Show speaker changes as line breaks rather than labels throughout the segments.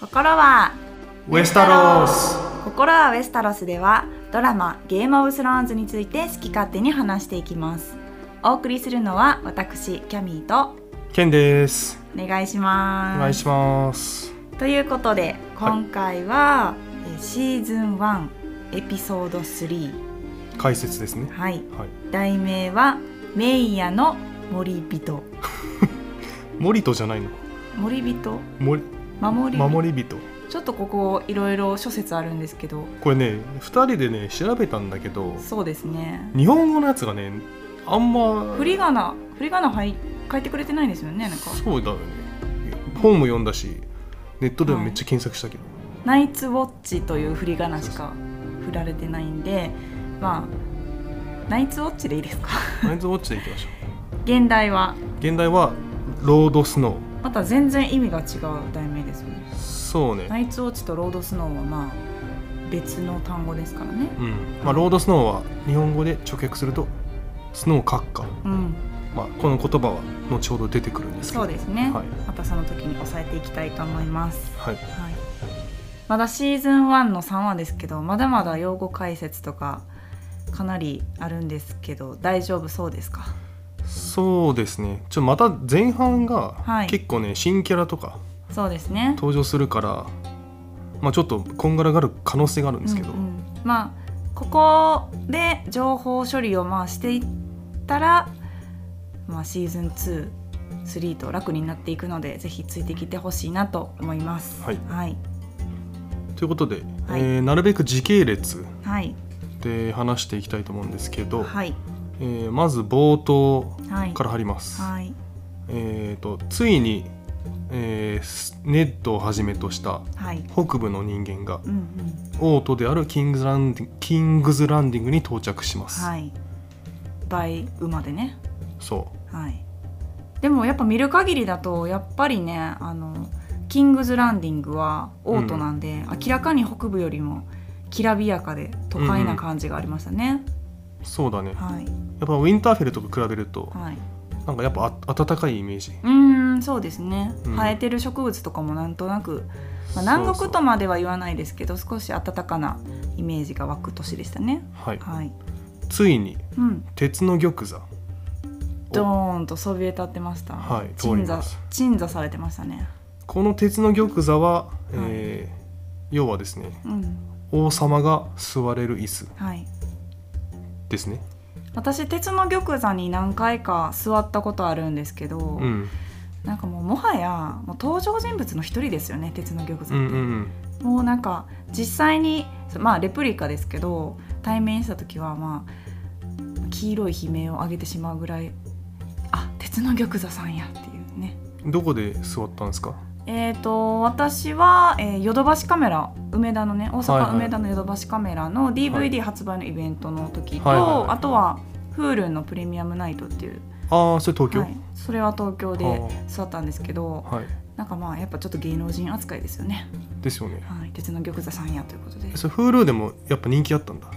心は
ウェスタロース
心はウェスタロスではドラマゲームオブスローンズについて好き勝手に話していきますお送りするのは私キャミーと
ケンです
お願いし
お
ます
願いします
ということで今回は、えーシーズン1エピソード3
解説ですね
はい
はい。
題名はメイヤの森人
森とじゃないの
森人
森
守り人
守り人
ちょっとここいろいろ諸説あるんですけど
これね二人でね調べたんだけど
そうですね
日本語のやつがねあんま
振り仮名振り仮名はい書いてくれてないんですよねなんか
そうだよね本も読んだしネットでもめっちゃ検索したけど、
ナイツウォッチという振り仮名しか振られてないんでまあナイツウォッチでいいですか
ナイズウォッチでいきましょう
現代は
現代はロードスノ
また全然意味が違う題名ですよね
ーそうね、
ナイツウォッチとロードスノーはまあ別の単語ですからね
うんまあ、ロードスノーは日本語で直訳するとスノー閣下、
うん
まあ、この言葉は後ほど出てくるんですけど
そうですね、
はい
またその時に押さえていきたいと思います、
はい、
はい、まだシーズン1の3話ですけどまだまだ用語解説とかかなりあるんですけど大丈夫そうですか
そうですねちょまた前半
は
が
い
結構ね新キャラとか
そうですね
登場するから、まあ、ちょっとこんがらがる可能性があるんですけど、
うんうんまあここで情報処理をまあしていったら、まあ、シーズン23と楽になっていくのでぜひついてきてほしいなと思います。
はい
はい、
ということで、
はい
えーなるべく時系列
はい
で話していきたいと思うんですけど、
はい
えーまず冒頭
はい
から入ります、
はい
えー、とついに、えースネッドをはじめとした
はい
北部の人間が
うんうん
王都であるキングズランディンキングズランディングに到着します、
はい倍馬でね
そ
はいでもやっぱ見る限りだとやっぱりねあのキングズランディングはオートなんで、明らかに北部よりもきらびやかで都会な感じがありましたね、
うそうだねやっ
はい
ぱウィンターフェルとか比べると
はい
なんかやっぱあ暖かいイメージ
うーんそうですね、
うん
生えてる植物とかもなんとなく、まあ、南
そう
国
そ
と
う
までは言わないですけど少し暖かなイメージが湧く年でしたね
はい、
はい、
ついに
うん、
鉄の玉座
ドーンとそびえ立ってました、
はい通り
鎮座
ます
鎮座されてましたね
この鉄の玉座は、えー要はですね
うん
王様が座れる椅子
はい
ですね
私鉄の玉座に何回か座ったことあるんですけど、
うん
なんかもうもはやもう登場人物の一人ですよね鉄の玉座って、
うんうんうん
もうなんか実際にまあレプリカですけど対面した時はまあ黄色い悲鳴を上げてしまうぐらいあ鉄の玉座さんやっていうね
どこで座ったんですか
えー、と私は、えーヨドバシカメラ梅田のね大
はいは
阪
い
梅田のヨドバシカメラの
はい
DVD 発売のイベントの時と、
はいはいはい
あとは Hulu の「プレミアムナイト」っていう、
ああそれ東京
はい、それは東京
あ
で
ー
座ったんですけど
はい、
なんかまあやっぱちょっと芸能人扱いですよね、
ですよね
はい、鉄の玉座さんやということで
それ Hulu でもやっぱ人気あったんだ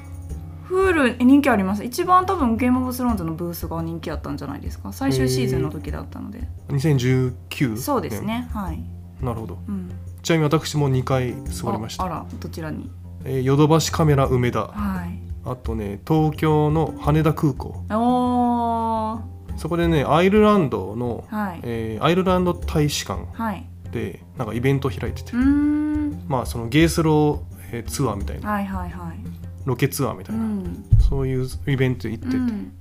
Hulu 人気あります一番多分ゲームオブスローンズのブースが人気あったんじゃないですか最終シーズンの時だったので
2019年
そうですねはい、
なるほど
うん、
ちなみに私も2回座りまし
ああ
た
らどちらに
えーヨドバシカメラ梅田
はい
あとね東京の羽田空港
おー
そこでねアイルランドの、
はい
えーアイルランド大使館
はい。
でなんかイベントを開いてて
うーん。
まあそのゲースロー、えーツアーみたいな
はいはいはい。
ロケツアーみた
う
いな、
ん。
そういうイベント行って
う
て、
ん。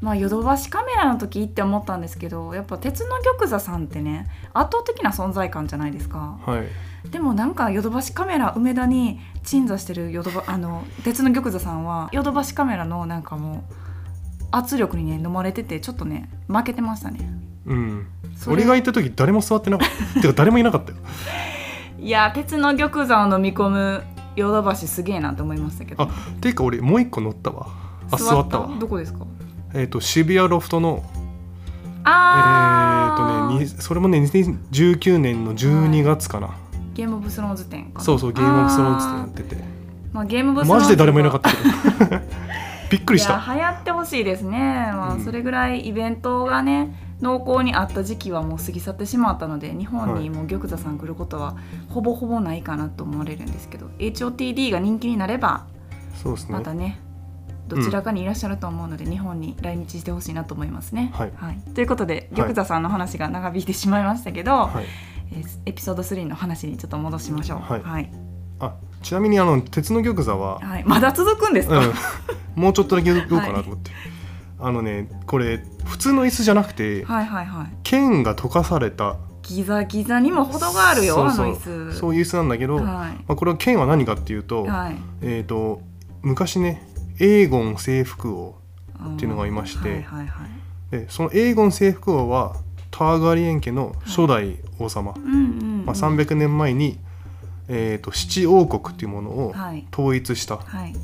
まあヨドバシカメラの時って思ったんですけどやっぱ鉄の玉座さんってね圧倒的な存在感じゃないですか
はい
でもなんかヨドバシカメラ梅田に鎮座してるヨドバあの鉄の玉座さんはヨドバシカメラのなんかもう圧力にね飲まれててちょっとね負けてましたね
うん
それ
俺が行った時誰も座ってな かったてか誰もいなかったよ
いや鉄の玉座を飲み込むヨドバシすげえなって思いましたけど
あていうか俺もう一個乗ったわあ座ったわ
どこですか
えっ、と渋谷ロフトのえ
あー
ーとねにそれもね2019年の12月かな、
ゲームオブスローンズ展か
そうそうゲームオブスローンズでやっ
あ
てて
ーまあ、ゲームオブスローン
マ
ズ
ジで誰もいなかったけど びっくりし
い
た
や流行ってほしいですね、まあ
うん
それぐらいイベントがね濃厚にあった時期はもう過ぎ去ってしまったので日本にもう玉座さん来ることはほぼほぼないかなと思われるんですけど HOTD が人気になれば
そうですね
またねどちらかにいらっしゃると思うので、日本に来日してほしいなと思いますね。
はい
ということで
い
玉座さんの話が長引いてしまいましたけど、
はい、
えーエピソード3の話にちょっと戻しましょう。
はい
はい
あちなみにあの鉄の玉座は、
はいまだ続くんですか、
うん、 もうちょっとだけ言おうかなと思って、あのねこれ普通の椅子じゃなくて、
はいはいはい。
剣が溶かされた
ギザギザにも程があるよ
そう
あ
そう
の椅子。
そういう椅子なんだけど、ま
は
あ、これは剣は何かっていうと,、
いはい。
えー、と昔ねエーゴン征服王
ん
っていうのがいまして
はいはいはい。
でそのエーゴン征服王はターガリエン家の初代王様、
うんうんうん、
まあ、300年前に、えー、と七王国っていうものを
はい
統一した
はい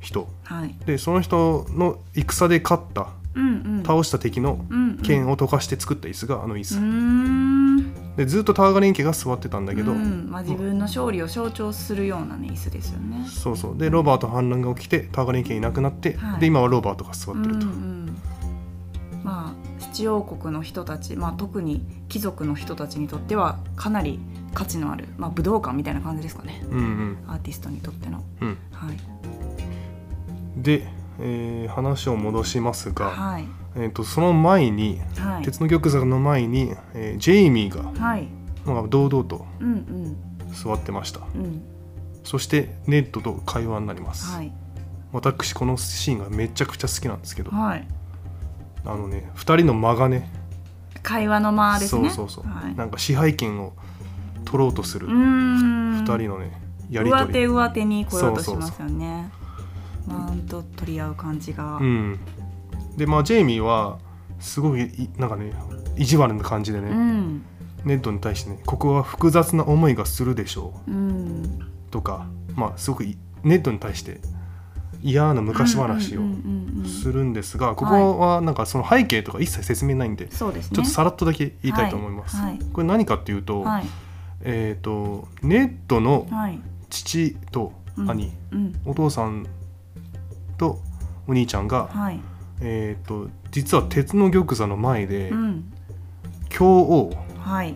人、
はい。
でその人の戦で勝った
うんうん。
倒した敵の
うんうん、
剣を溶かして作った椅子があの椅
う
子、
ーん。
でずっとターガリエン家が座ってたんだけど、
うんまあ、自分の勝利を象徴するような、ね、椅子ですよね。
そうそうでロバート反乱が起きてターガリエン家いなくなって、
はい
で今はロバートが座ってると、
うんうんまあ七王国の人たち、まあ、特に貴族の人たちにとってはかなり価値のある、まあ、武道館みたいな感じですかね
うんうん
アーティストにとっての。
うん
はい
で、えー話を戻しますが、
はい
えー、とその前に、
はい
鉄の玉座の前に、えージェイミーが、
はい
まあ、堂々と
うんうん
座ってました
うん
そしてネットと会話になります、
はい
私このシーンがめちゃくちゃ好きなんですけど、
はい
あのね2人の間がね
会話の間ですね。
そうそうそう、
はい、
なんか支配権を取ろうとする
うーん
2人のねやり
上
取
手
り
上手に来ようとしますよね。マウント取り合う感じが。
うんでまあジェイミーはすごいいなんかね意地悪な感じでね、
うん
ネットに対してね「ここは複雑な思いがするでしょ
うん
う」とかまあすごくいネットに対して嫌な昔話を
うんうんうんうん
するんですが、ここはなんかその背景とか一切説明ないんで、
そうですね。
ちょっとさらっとだけ言いたいと思います。
はいはい
これ何かっていうと,、
はい
えー、とネットの
はい。
父と兄、
うん
お父さんとお兄ちゃんが、
はい。
えー、と実は鉄の玉座の前で
うん
強王、
はい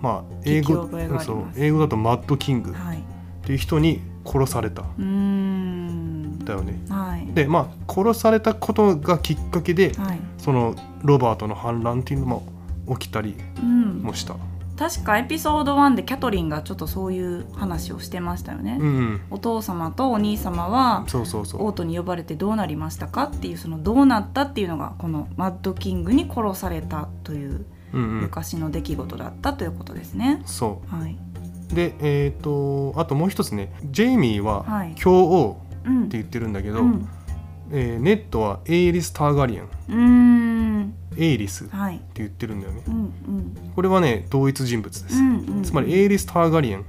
まあ、英語
聞き覚えがあります
そう英語だとマッドキングっ
はい。
ていう人に殺されたん
うーん
だよね。
はい
でまあ殺されたことがきっかけで
はい。
そのロバートの反乱っていうのも起きたり
うん
も。した。
確かエピソード1でキャトリンがちょっとそういう話をしてましたよね。
うん、うん
お父様とお兄様は
そうそうそう
王都に呼ばれてどうなりましたかっていうそのどうなったっていうのがこのマッドキングに殺されたという
うんうん、
昔の出来事だったということですね。
そ
はい。
うでえっ、とあともう一つねジェイミー
は
はい強王
うん。
って言ってるんだけど、
うん
えーネットはエイリス・ターガリエン
うーん。
エイリスって
はい。
言ってるんだよね
うんうん。
これはね同一人物で
う
す、
んうん。
つまりエイリス・ターガリエン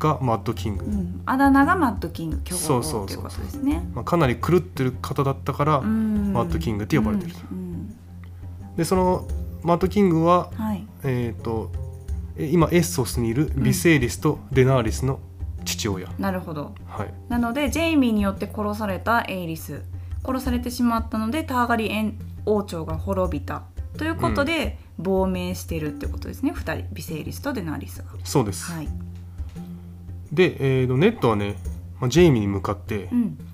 がマッドキング、
うん、あだ名がマッドキング共
そう
和
そ
王
う
とい
そう
うことですね。
まあ、かなり狂ってる方だったから、マ
マ
ッドキングって呼ばれてる
うん
でそのマッドキングは
うんはい。
えっ、とえ今エッソスにいるヴィセーリスとデナーリスの父親、
なるほど。
はい
なのでジェイミーによって殺されたエイリス殺されてしまったのでターガリエン王朝が滅びたということで、亡命してるってことですね二人ビセイリスとデナーリスが。
そうです、
はい。
で、えーとネットはね、まあ、ジェイミーに向かって
うん。
「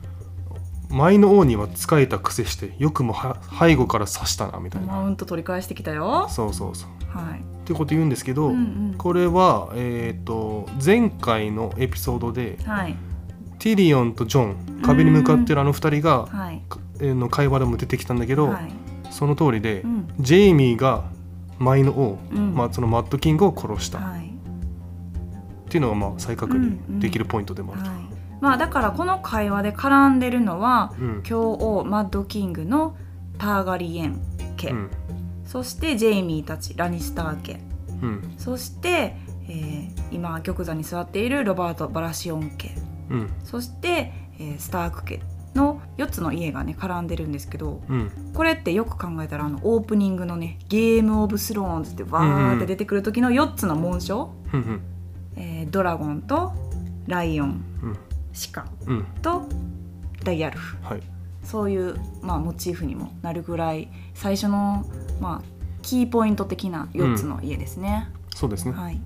前の王には仕えた癖してよくもは背後から刺したな」みたいな、
マウント取り返してきたよ。
そうそうそう
はい。
ってこと言うんですけど、
うんうん
これは、えー、と前回のエピソードで
はい
ティリオンとジョン壁に向かってるあの2人が、
はい
かえーの会話でも出てきたんだけど、
はい。
その通りで、
うん
ジェイミーが前の王、
うん
まあ、そのマッドキングを殺したっ
はい。
ていうのがまあ再確
うんう
認
ん
できるポイントでもあると。
はい。まあだからこの会話で絡んでるのは。
うん
強王マッドキングのターガリエン家、
うん
そしてジェイミーたちラニスター家
うん
そして、えー今玉座に座っているロバート・バラシオン家
うん
そして、えースターク家の4つの家がね絡んでるんですけど
うん
これってよく考えたらあのオープニングのね「ゲーム・オブ・スローンズ」ってわーって出てくる時の4つの紋章、
うんうん
えードラゴンとライオン
うん
鹿
うん
とダイアルフ
はい
そういう、まあ、モチーフにもなるぐらい最初の、まあ、キーポイント的な4つの家ですね、
そうですね、
はい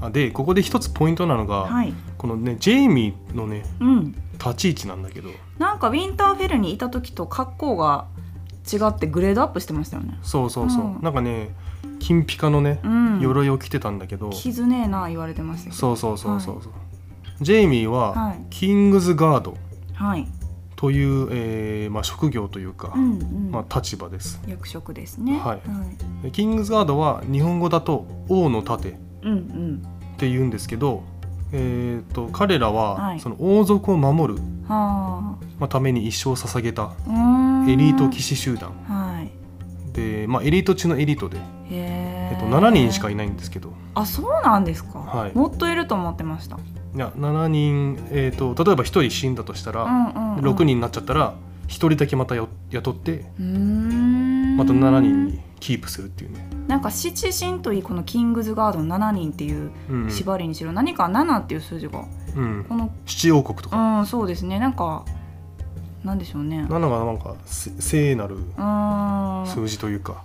あでここで一つポイントなのが、
はい
このねジェイミーのね
うん
立ち位置なんだけど
なんかウィンターフェルにいた時と格好が違ってグレードアップしてましたよね
そうそうそう、
うん
なんかね金ピカのね
う、ん
鎧を着てたんだけど、
傷ねえな言われてましたけど
そうそうそうそうそう、ジェイミーは、
はい
キングズガード
はい、
という、えーまあ、職業というか、
うんうん
まあ、立場です
役職ですね
はいでキングズガードは日本語だと王の盾っ
うんうん
て言うんですけど、えー、と彼らは、
はい
その王族を守る、
は
まあ、ために一生捧げた
あうーん
エリート騎士集団
はい
で、まあ、エリート中のエリートで、
へえ
えっと7人しか
い
いないんですけど
あそうなんですか、
はい
もっといると思ってました
いや7人、えー、と例えば1人死んだとした
う
ら、
んうん、うん、
6人になっちゃったら1人だけまたよ雇って
うーん
また7人にキープするっていうね。
なんか七神といいこのキングズガードの7人っていう
うんうん
縛りにしろ、何か7っていう数字が
うん
この
七王国とか、
うんそうですねなんかなんでしょうねう
なのがなんかせ聖なる
ーん
数字というか、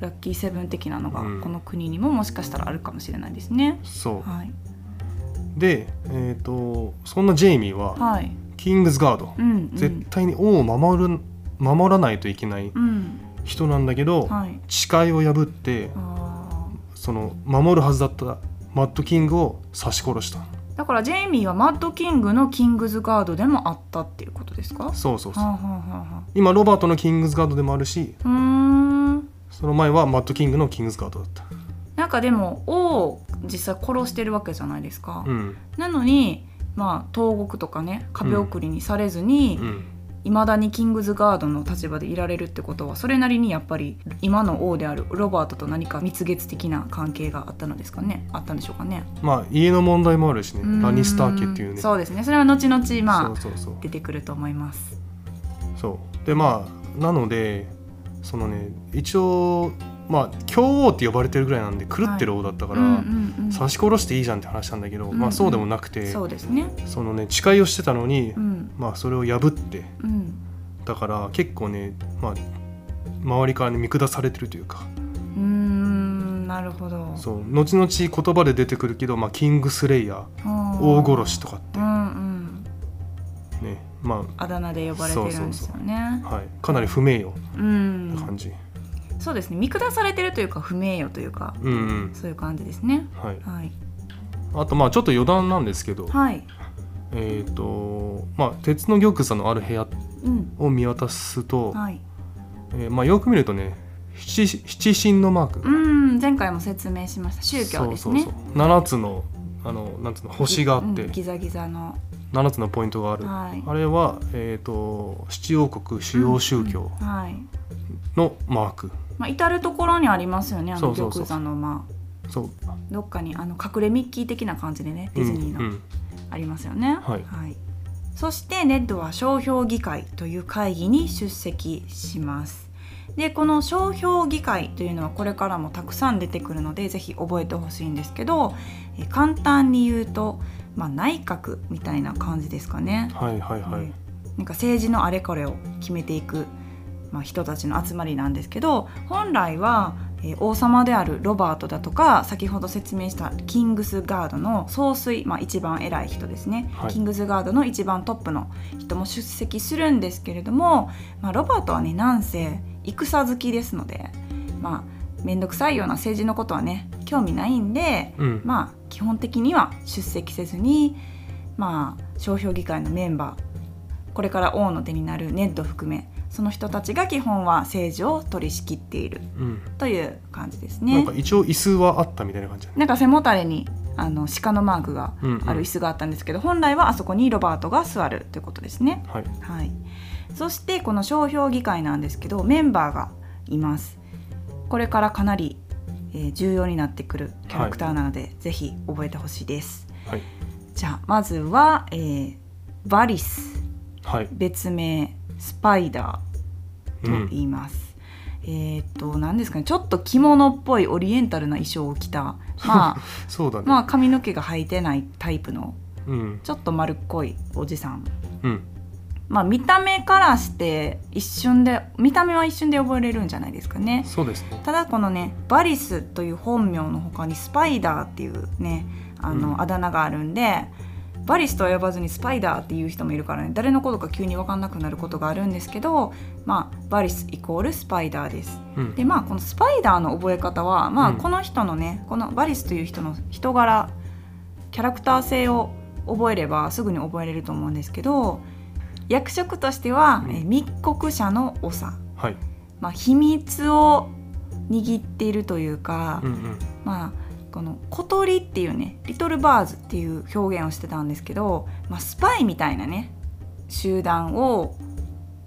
ラッキーセブン的なのが
うん
この国にももしかしたらあるかもしれないですね、
そ
はい、
うで、えー、とそんなジェイミーは
はい、
キングズガード、
うんうん
絶対に王を守る守らないといけない
うん
人なんだけど、
はい
誓いを破って
あ
その守るはずだったマッドキングを刺し殺した
ーだからジェイミーはマッドキングのキングズガードでもあったっていうことですかは
そうそう
あ、
そう、
はあはあはあ、
今ロバートのキングズガードでもあるし
うーん
その前はマッドキングのキングズガードだった
なんかでも王を実際殺してるわけじゃないですか、
うん
なのにまあ東国とかね壁送りにされずに、
うん
いまだにキングズガードの立場でいられるってことはそれなりにやっぱり今の王であるロバートと何か蜜月的な関係があったのですかねあったんでしょうかね
まあ家の問題もあるし
うーん
ねラニスター家っていうね
そうですねそれは後々まあ
そうそうそう
出てくると思います
そうでまあなのでそのね一応まあ京王って呼ばれてるぐらいなんで狂ってる王だったから、
うんうんうん
刺し殺していいじゃんって話なんだけど、
うん
まあそうでもなくて、
そうですね
そのね誓いをしてたのに、
うん
まあそれを破って
うん
だから結構ねまあ周りからね見下されてるというか
うーんなるほど
そう後々言葉で出てくるけど、まあ、キングスレイヤー
大
王殺しとか
うんうん
ってねま
あだ名で呼ばれてるんですよね
あ、はい、かなり不名誉
う
な感
ん
じ、
そうですね見下されてるというか不名誉というか
うんうん
そういう感じですね
はい、
はい
あとまあちょっと余談なんですけど、
はい
えーとまあ、鉄の玉座のある部屋
うん
を見渡すと、
はい
えーまあ、よく見るとね七七神のマーク
う
が
ん前回も説明しました宗教ですね
そうそうそう7つのあのなんつうの星があって、
うんギザギザの
7つのポイントがある、
はい
あれは、えー、と七王国主要宗教
はい
のマーク、
まあ至る所にありますよねあ
そ
の
うそうそ
玉
う
座のまあ
そう
どっかにあの隠れミッキー的な感じでねディズニー
うん
の
うん
ありますよね
はい
そしてネッドは商標議会という会議に出席しますでこの商標議会というのはこれからもたくさん出てくるのでぜひ覚えてほしいんですけどえ簡単に言うと、まあ、内閣みたいな感じですかね
はいはいはい、
うんなんか政治のあれこれを決めていく、まあ、人たちの集まりなんですけど本来は、えー王様であるロバートだとか先ほど説明したキングスガードの総帥、まあ、一番偉い人ですね、
はい
キングスガードの一番トップの人も出席するんですけれども、まあ、ロバートはねなんせ戦好きですのでまあ面倒くさいような政治のことはね興味ないんで、
うん
まあ基本的には出席せずに、まあ、商標議会のメンバーこれから王の手になるネッド含めその人たちが基本は政治を取り仕切っている
うん
という感じです
なん
ね
か。一応椅子はあったみたいな感じだね
なんか背もたれにあの鹿のマークが
うんうん
ある椅子があったんですけど、本来はあそこにロバートが座るということですね。
はい
はい、そしてこの商標議会なんですけどメンバーがいますこれからかなり、えー重要になってくるキャラクターなので、ぜひ覚えてほしいです
はい
じゃあまずは、えーバリス
はい、
別名スパイダー
う
と
ん、
言います、えーっと何ですかねちょっと着物っぽいオリエンタルな衣装を着たまあ
そうだね、
まあ髪の毛が生えてないタイプの
うん
ちょっと丸っこいおじさん
うん
まあ、見た目からして一瞬で見た目は一瞬で覚えれるんじゃないですかね
そうですね
ただこのねバリスという本名の他にスパイダーっていうねあ
う
の
ん
あだ名があるんで、バリスとは呼ばずにスパイダーっていう人もいるからね誰のことか急に分かんなくなることがあるんですけど、まあ、バリスイコールスパイダーです。
うん
でまあこのスパイダーの覚え方は、まあ、
うん
この人のねこのバリスという人の人柄キャラクター性を覚えればすぐに覚えれると思うんですけど役職としては、
うん
え密告者の長、
はい
まあ、秘密を握っているというか、
うんうん
まあこの小鳥っていうねリトルバーズっていう表現をしてたんですけど、まあ、スパイみたいなね集団を、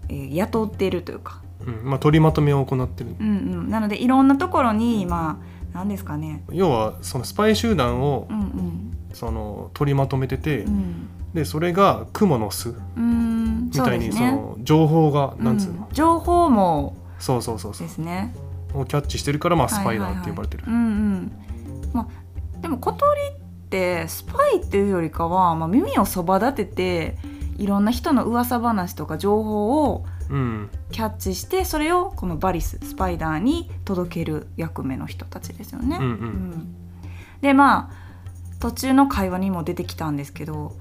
えー雇っているというか
うんまあ、取りまとめを行ってる
うんうん、なのでいろんなところにまあ何ですかね
要はそのスパイ集団を
うんうん
その取りまとめてて、
うん
でそれがクモの巣
うーん
み
そう
たい
で
に
す
そ
ね
の情報がなんつう
う
の
ん、情報網
そうそうそうそ
ですね
うをキャッチしてるからまあスパイダーって呼ばれてる、
はいはいはいうんうんまあでも小鳥ってスパイっていうよりかは、まあ、耳をそば立てていろんな人の噂話とか情報を
うん
キャッチしてそれをこのバリススパイダーに届ける役目の人たちですよね。
うんう
うんんでまあ途中の会話にも出てきたんですけど、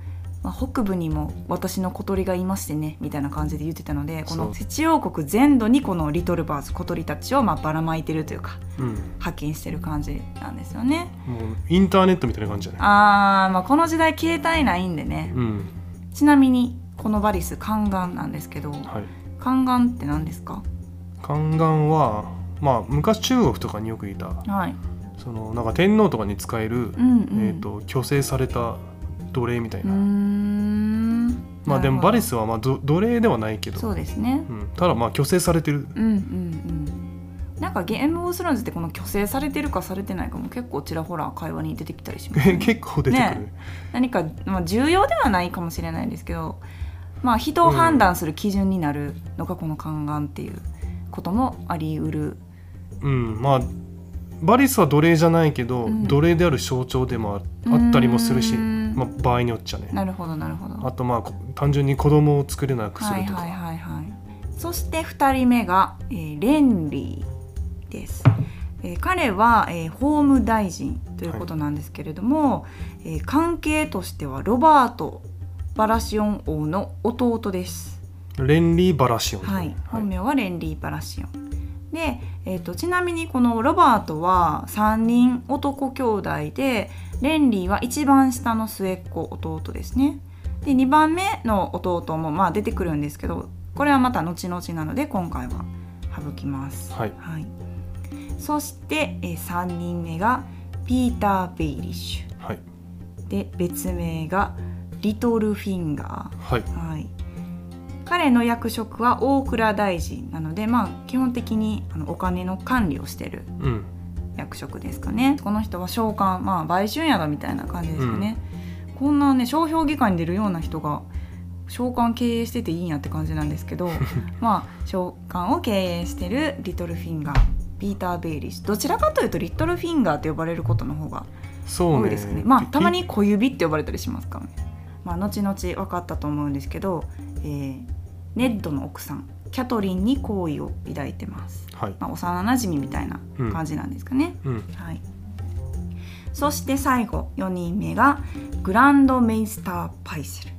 まあ、北部にも私の小鳥がいましてねみたいな感じで言ってたのでこ
そ
の
う
セチ王国全土にこのリトルバーズ小鳥たちをまあばらまいてるというか
うん
派遣してる感じなんですよね。
もうインターネットみたいな感じじゃない
あー、まあ、この時代携帯ないんでね
うん
ちなみにこのバリス宦官なんですけど
はい
宦官って何ですか
宦官はまあ昔中国とかによくいた
はい、
そのなんか天皇とかに使え
うんう
る、
ん、
えー、と虚勢された奴隷みたいう
ー
な、
ん
まあで
なるほ
も
ど
バリスはまあ奴奴隷ではないけど
そうですね
うん、ただまあ虚勢されてる
うんうんうんなんかゲームオブスローンズってこの虚勢されてるかされてないかも結構ちらほら会話に出てきたりし ます、ね、
結構出てくる、
ね何か、まあ、重要ではないかもしれないですけど、まあ、人を判断する基準になるのがこの宦官っていうこともありうる、
うんまあバリスは奴隷じゃないけど、
うん
奴隷である象徴でもああったりもするし、
うーん
まあ、場合によっちゃね
なるほどなるほど
あとまあこ単純に子供を作れなくす
はい
るとか、
はいはいはいそして2人目が、えーレンリーです、えー彼は、えー法務大臣ということなんですけれども、えー関係としてはロバート・バラシオン王の弟です、
レンリー・バラシオン、
はい、本名はレンリー・バラシオンで、えー、とちなみにこのロバートは3人男兄弟でレンリーは一番下の末っ子弟ですねで2番目の弟もまあ出てくるんですけどこれはまた後々なので今回は省きます、
はい
はい、そして、えー、3人目がピーター・ベイリッシ
はい
ュで別名がリトル・フィンガー
はい
はい、彼の役職は大蔵大臣なので、まあ、基本的にあのお金の管理をしてる
うん
役職ですかねこの人は召喚、まあ、売春宿みたいな感じですかね、こんなね商標議会に出るような人が召喚経営してていいんやって感じなんですけどまあ召喚を経営してるリトルフィンガーピーター・ベイリッシュどちらかというとリトルフィンガーと呼ばれることの方が
そう
多
ね
いですかねまあたまに小指って呼ばれたりしますからねまあ後々分かったと思うんですけど、えーネッドの奥さんキャトリンに好意を抱いてます、
はい
まあ、幼なじみみたいな感じなんですかね、
うん
はいそして最後4人目がグランドメイスター・パイセル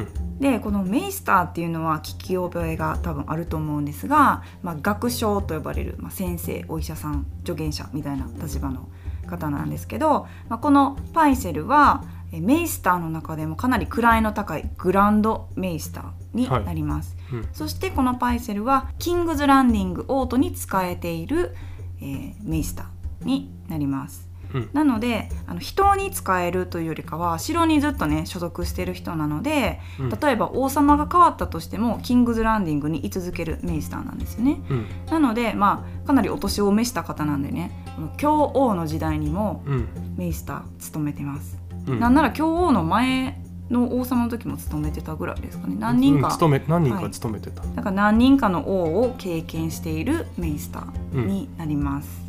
うん
でこのメイスターっていうのは聞き覚えが多分あると思うんですが、まあ、学長と呼ばれる、まあ、先生お医者さん助言者みたいな立場の方なんですけど、まあ、このパイセルはえメイスターの中でもかなり位の高いグランドメイスターになります、
はいうん
そしてこのパイセルはキングズ・ランディング王都に仕えている、えーメイスターになります
うん
なのであの人に使えるというよりかは城にずっとね所属してる人なので、
うん
例えば王様が変わったとしてもキングズランディングに居続けるメイスターなんですよね。
うん
なのでまあかなりお年を召した方なんでねこの教王の時代にも
うん
メイスター務めてます。
うん
なんなら教王の前の王様の時も務めてたぐらいですかね何人
うん
か、
勤め何人
は
か
い
勤めてた、
なんか何人かの王を経験しているメイスターになります。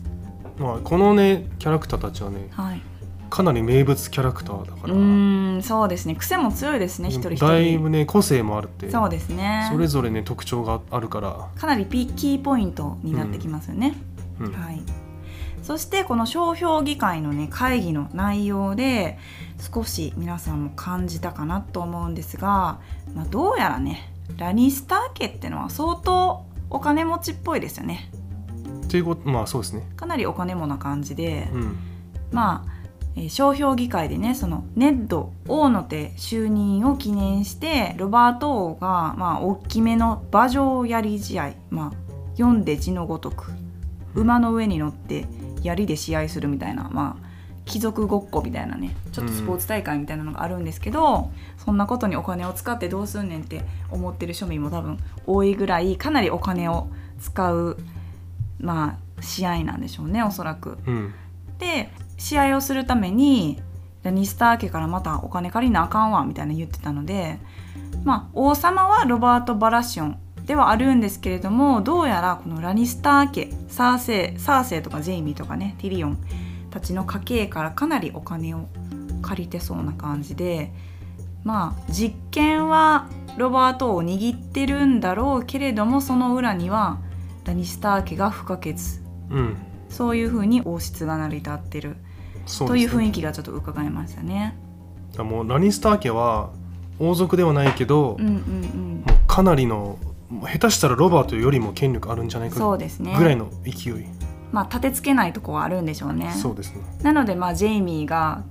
まあ、このねキャラクターたちはね
はい、
かなり名物キャラクターだか
う
ら、
ーんそうですね癖も強いですね一人一人
だいぶね個性もあるって
そうですね
それぞれね特徴があるから、
かなりピキーポイントになってきますよね、
うん
はい、そしてこの商標議会の、ね、会議の内容で少し皆さんも感じたかなと思うんですが、まあ、どうやらねラニスター家ってのは相当お金持ちっぽいですよね
っていうことまあそうですね、
かなりお金もな感じで、
うん、
まあえー商標議会でねそのネッド王の手就任を記念してロバート王が、まあ、大きめの馬上槍試合、まあ、読んで字のごとく馬の上に乗って槍で試合するみたいな、まあ、貴族ごっこみたいなねちょっとスポーツ大会みたいなのがあるんですけど、そんなことにお金を使ってどうすんねんって思ってる庶民も多分多いぐらいかなりお金を使う、まあ、試合なんでしょうねおそらく。
うん、
で試合をするためにラニスター家からまたお金借りなあかんわみたいな言ってたので、まあ、王様はロバート・バラシオンではあるんですけれどもどうやらこのラニスター家サーセイサーセイとかジェイミーとかねティリオンたちの家系からかなりお金を借りてそうな感じでまあ実権はロバートを握ってるんだろうけれどもその裏にはラニスター家が不可欠
うん、
そういうふうに王室が成り立ってる
そう
と
で
い
す
う
ね
雰囲気がちょっと伺いましたね。
だからもうラニスター家は王族ではないけど、
うん
も
うん
うかなりのもう下手したらロバートよりも権力あるんじゃな
う
い
ん。
か
そうですね。
ぐらいの勢い、
まあ立てつけないとこはあるんでしょうね。
そうですね
なのでまあジェイミーが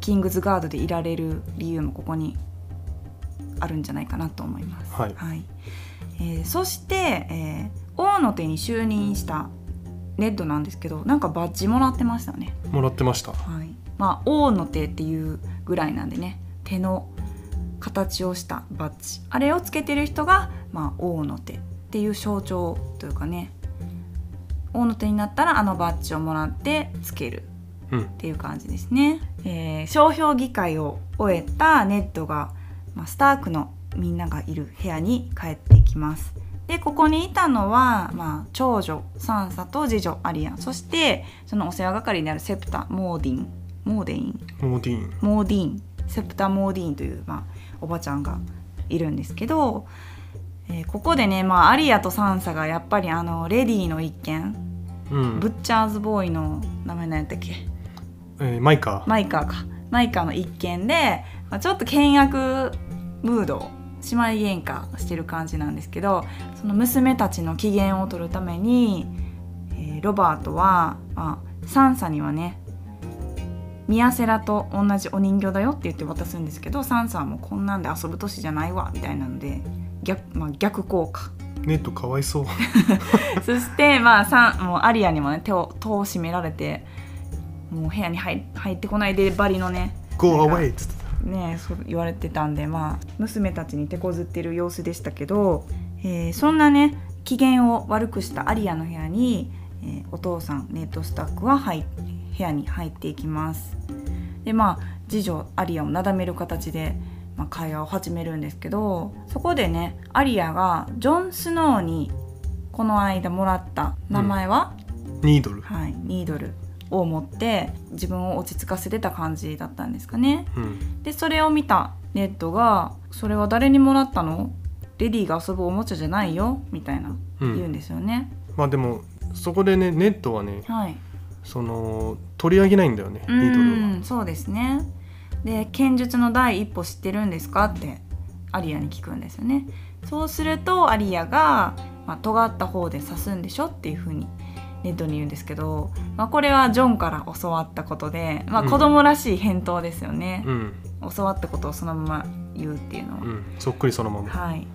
キングズガードでいられる理由もここにあるんじゃないかなと思います。
はい
はい。えーそして、えー王の手に就任したレッドなんですけど、なんかバッジもらってましたよね。
もらってました
はい、まあ王の手っていうぐらいなんでね手の形をしたバッジあれをつけてる人が、まあ、王の手っていう象徴というかね王の手になったらあのバッジをもらってつける
うん
っていう感じですね、えー商標議会を終えたネッドが、まあ、スタークのみんながいる部屋に帰ってきますでここにいたのは、まあ、長女サンサと次女アリアンそしてそのお世話係になるセプタモーディンモーデイン
モーディーン
モーディーンセプタ・モーディーンという、まあ、おばちゃんがいるんですけど、えーここでね、まあ、アリアとサンサがやっぱりあのレディーの一件
うん
ブッチャーズボーイの名前何やったっけ
えーマイカ
マイカーかマイカーの一件で、まあ、ちょっと倹約ムードを姉妹喧嘩してる感じなんですけどその娘たちの機嫌を取るために、えーロバートは、まあ、サンサにはねミアセラと同じお人形だよって言って渡すんですけどサンサはもうこんなんで遊ぶ年じゃないわみたいなので逆,、まあ、逆効果
ネットかわいそう
そしてまあさんもうアリアにもね手を戸を閉められてもう部屋に入入ってこないでバリのね
Go away っつって
ねそう言われてたんでまあ娘たちに手こずってる様子でしたけど、えーそんなね機嫌を悪くしたアリアの部屋に、えーお父さんネットスタックは入っ部屋に入っていきますでまあ次女アリアをなだめる形で、まあ、会話を始めるんですけどそこでねアリアがジョン・スノーにこの間もらった名前は、
ニードル
はい、ニードルを持って自分を落ち着かせてた感じだったんですかね。
うん
でそれを見たネットが「それは誰にもらったのレディーが遊ぶおもちゃじゃないよ」みたいな
う
言うん
ん
ですよね。
まあでもそこでねネットはね
はい、
その取り上げないんだよねニ
う
ードルは
んそうですね。で剣術の第一歩知ってるんですかってアリアに聞くんですよね。そうするとアリアが「まあ、尖った方で刺すんでしょ」っていうふうにネットに言うんですけど、まあ、これはジョンから教わったことで、まあ、
うん
子供らしい返答ですよね、
うん
教わったことをそのまま言うっていうのは
う。んそっくりそのまま
はい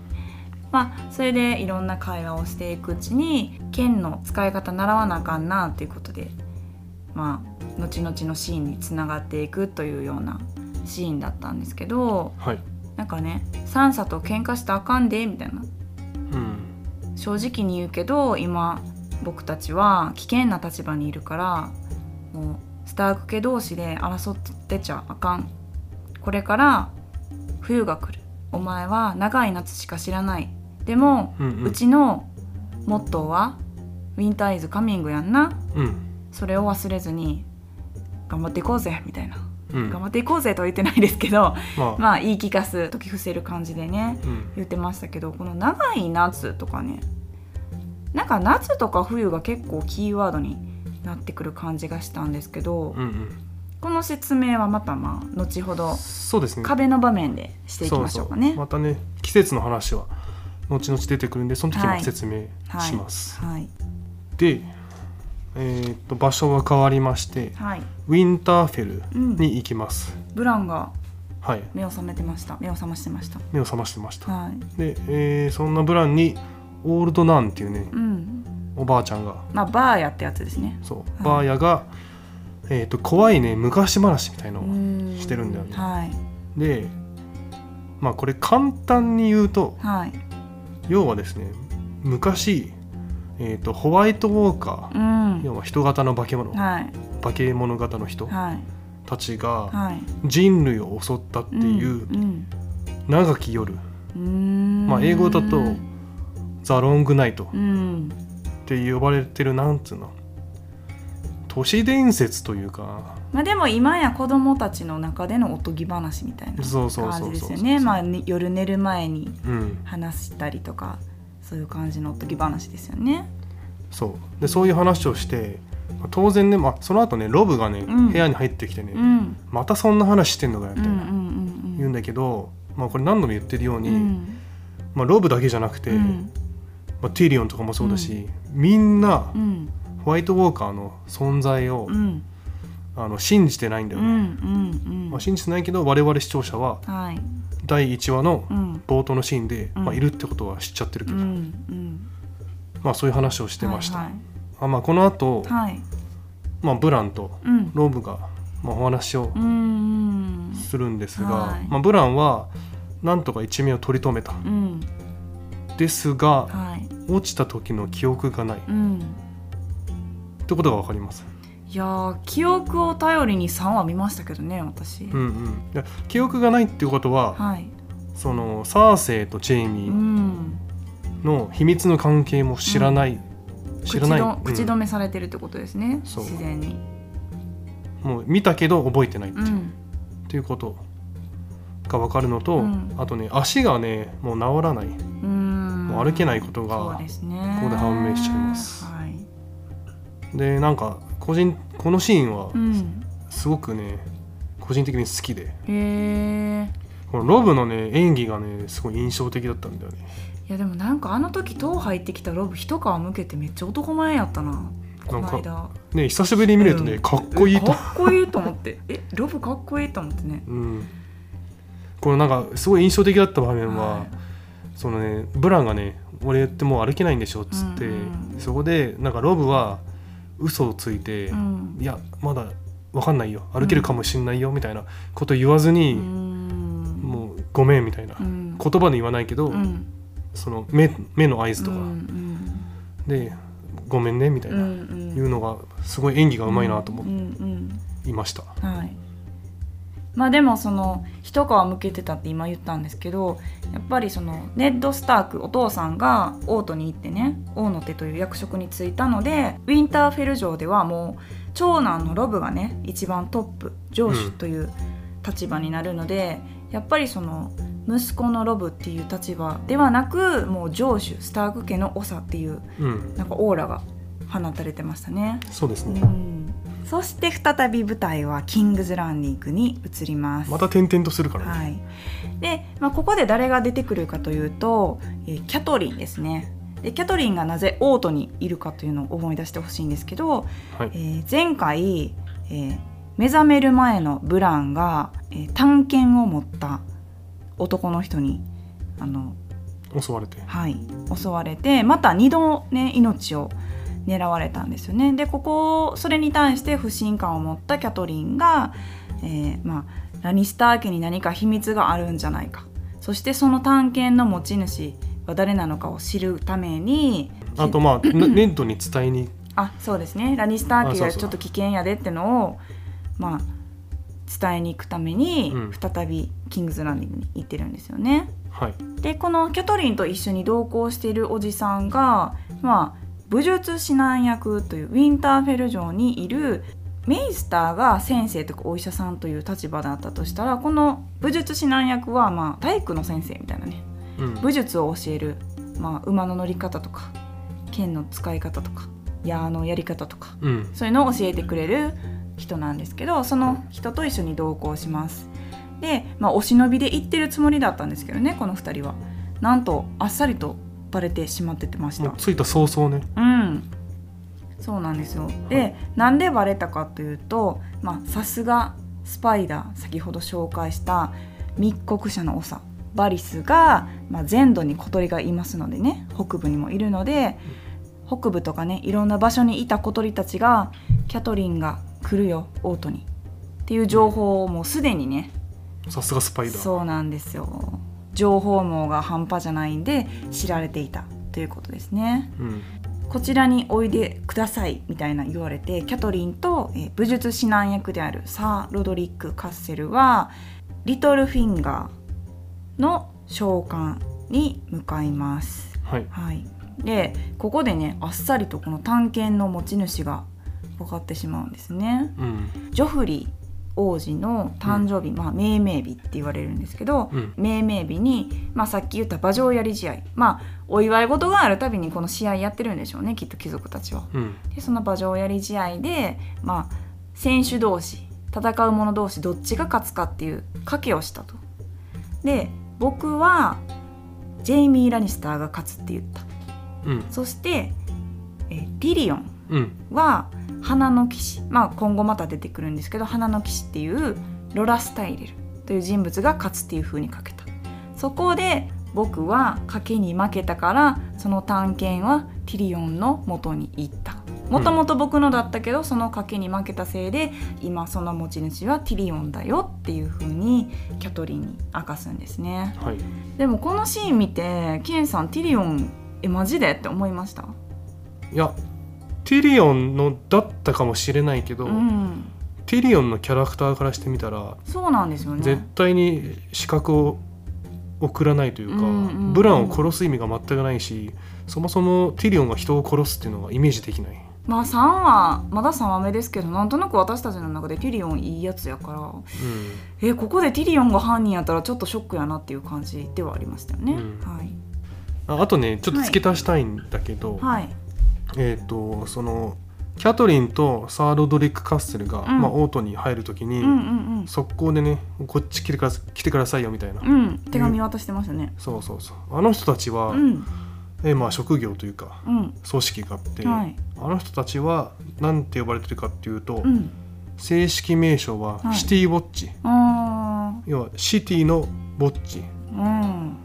まあ、それでいろんな会話をしていくうちに剣の使い方習わなあかんなっていうことで、まあ、後々のシーンにつながっていくというようなシーンだったんですけど
はい
なんかね「サンサと喧嘩したらあかんで」みたいな
う
「
ん
正直に言うけど今僕たちは危険な立場にいるからもうスターク家同士で争ってちゃあかんこれから冬が来るお前は長い夏しか知らないでも、
う
うん
うん
ちのモットーは「ウィンターイズカミングやんな
うん
それを忘れずに頑張っていこうぜみたいな、
うん
頑張っていこうぜとは言ってないですけど、
まあ、
まあ言い聞かす時伏せる感じでね
うん
言ってましたけどこの「長い夏」とかねなんか夏とか冬が結構キーワードになってくる感じがしたんですけど、
うんうん、
この説明はまたまあ後ほど
そうですね
壁の場面でしていきましょうかね。
そうそうまたね季節の話は後々出てくるんでその時
は
も
い
説明します、
はい、
で、えーっと場所が変わりまして
はい、
ウィンターフェ
う
ル
ん
に行きます、
ブランが
はい
目を覚めてました目を覚ましてました
目を覚ましてました
はい
で、えーそんなブランにオールドナンっていうね
うん
おばあちゃんが
まあバーやってやつですね
そうバーヤが、えーっと怖いね昔話みたいのを
うん
してるんだよね
はい
でまあこれ簡単に言うと
はい
要はですね昔、えー、とホワイトウォーカ
う
ー
ん
要は人型の化け物
はい
化け物型の人
はい
たちが
はい
人類を襲ったっていう
うん
長き夜
うん
まあ英語だと「ザ・ロング・ナイト」
うん
って呼ばれてるなんつうの都市伝説というか
まあでも今や子供たちの中でのおとぎ話みたいな
そうそう
感
そ
じ
う
です
そう
よねまあね夜寝る前に
うん
話したりとかそういう感じのおとぎ話ですよね
そうでそういう話をしてまあ当然ね、まあ、その後ねロブがね、
うん
部屋に入ってきてね、
うん
またそんな話してんのかよ
う
み
んう
たい
ん
な、
うん
言うんだけど、まあ、これ何度も言ってるように、
うん
まあ、ロブだけじゃなくて、
うん
まあ、ティリオンとかもそうだし、みんな
うん
ホワイトウォーカーの存在を、
うん
あの信じてないんだ
うん
よ
う
ね、
んう
ま
ん
あ、信じてないけど我々視聴者は
はい
第1話の
うん
冒頭のシーンで、
うん
まあ、いるってことは知っちゃってるけ
う
ど、
んうん
まあ、そういう話をしてました、
はい
あまあ、この後、
はい、はい
まあブランと
うん
ロブが、まあ、お話を
うん
するんですが、
はい
まあ、ブランはなんとか一命を取り留めた
うん
ですが
はい
落ちた時の記憶がないっ
うん
てことが分かります
いやー記憶を頼りに3話見ましたけどね私、
うんうん、で記憶がないっていうことは、
はい
そのサーセイとジェイ
う
ミー
ん
の秘密の関係も知らない、知らない、
口ど口
うん
止めされてるってことですね、
そう
自然に
もう見たけど覚えてないって,、
う
いうんっていうことが分かるのと、
うん
あとね足がねもう治らない
うん
もう歩けない
こ
こと
そう
が
ですね
ここで判明しちゃいます
はい
でなんか個人このシーンは
うん
すごくね、個人的に好きで
へえ
このロブのね演技がねすごい印象的だったんだよね
いやでもなんかあの時塔入ってきたロブ一皮むけてめっちゃ男前やったなこ
なん
の
か
間
ね久しぶりに見るとね、
うん
かっこいいと、
かっこいいと思ってえロブかっこいいと思ってね
うん、このなんかすごい印象的だった場面は、
は
そのねブランがね「俺ってもう歩けないんでしょ」っつって、
うんうん
そこでなんかロブは嘘をついて「
うん
いやまだわかんないよ歩けるかもしんないよ」みたいなこと言わ
う
ずに「
ん
もうごめん」みたいな、
うん
言葉で言わないけど、
うん
その目目の合図とか、
うん
で「ごめんね」みたい
うんう
な、
んうん
いうのがすごい演技がうまいなと思
うんうん
いました。
うんはいまあでもその一皮むけてたって今言ったんですけどやっぱりそのネッド・スタークお父さんが王都に行ってね王の手という役職に就いたのでウィンターフェル城ではもう長男のロブがね一番トップ上
うん
司という立場になるので、やっぱりその息子のロブっていう立場ではなくもう上主スターク家の長っていう
うん、
なんかオーラが放たれてましたね。
そうですね、
うんそして再び舞台はキングズランディングに移ります。
また転々とするからね、
はい。で、まあここで誰が出てくるかというと、えーキャトリンですね。で、キャトリンがなぜ王都にいるかというのを思い出してほしいんですけど、
はい
えー前回、えー目覚める前のブランが、えー探検を持った男の人にあの
襲われて、
はい、襲われてまた2度、ね、命を狙われたんですよね。でここそれに対して不信感を持ったキャトリンが、えーまあ、ラニスター家に何か秘密があるんじゃないかそしてその探検の持ち主は誰なのかを知るために
あとまあなネットに伝えに
あそうですねラニスター
あ
家
そう
が
そう
ちょっと危険やでってのをまあ伝えに行くために、
うん
再びキングズランディングに行ってるんですよね。
はい
でこのキャトリンと一緒に同行しているおじさんが、まあ、武術指南役というウィンターフェル城にいるメイスターが先生とかお医者さんという立場だったとしたらこの武術指南役は、まあ、体育の先生みたいなね
うん
武術を教える、まあ、馬の乗り方とか剣の使い方とか矢のやり方とか
うん
そういうのを教えてくれる人なんですけどその人と一緒に同行しますで、まあ、お忍びで行ってるつもりだったんですけどねこの2人はなんとあっさりとバレてしまっててまし
も
た
う着いた早々ね
うんそうなんですよでなんでバレたかというとまあさすがスパイダー先ほど紹介した密告者の長バリスが、まあ、全土に小鳥がいますのでね北部にもいるので北部とかねいろんな場所にいた小鳥たちがキャトリンが来るよオートにっていう情報をもうすでにね
さすがスパイダー
そうなんですよ情報網が半端じゃないんで知られていたということですね。
うん
こちらにおいでくださいみたいな言われてキャトリンと、えー武術指南役であるサー・ロドリック・カッセルはリトルフィンガーの召喚に向かいます。
はい
はい、でここでねあっさりとこの探検の持ち主が分かってしまうんですね。
うん
ジョフリー王子の誕生日、まあ命名日って言われるんですけど、
うん
命名日に、まあ、さっき言った馬上やり試合まあお祝い事があるたびにこの試合やってるんでしょうねきっと貴族たちは。
うん
でその馬上やり試合で、まあ、選手同士戦う者同士どっちが勝つかっていう賭けをしたと。で僕はジェイミー・ラニスターが勝つって言った
うん
そしてえーティリオン
うん
は花の騎士、まあ、今後また出てくるんですけど花の騎士っていうロラ・スタイレルという人物が勝つっていう風にかけたそこで僕は賭けに負けたからその探検はティリオンの元に行ったもともと僕のだったけど、その賭けに負けたせいで今その持ち主はティリオンだよっていう風にキャトリンに明かすんですね
はい
でもこのシーン見てケンさんティリオンえマジでって思いました
いやティリオンのだったかもしれないけど、
うん
ティリオンのキャラクターからしてみたら
そうなんですよね
絶対に資格を送らないというか、
うんうんうん
ブランを殺す意味が全くないしそもそもティリオンが人を殺すっていうのがイメージできない、
まあ3話まだ3話目ですけどなんとなく私たちの中でティリオンいいやつやからえここでティリオンが犯人やったらちょっとショックやなっていう感じではありましたよね、
うん
はい、
ああとねちょっと付け足したいんだけど、
はい、
えっ、とそのキャトリンとサー・ロドリック・カッセルが、
うん
まあ、オートに入るときに、
うんうん
速攻でねこっち来てくださ来てくださいよみたいな、
うんうん手紙渡してましたね
そうそうそうあの人たちは、
うん
えまあ、職業というか
うん
組織があって、
はい
あの人たちは何て呼ばれてるかっていうと、
うん
正式名称は
はい
シティウォッチ、
あ
要はシティのウォッチ
ーうん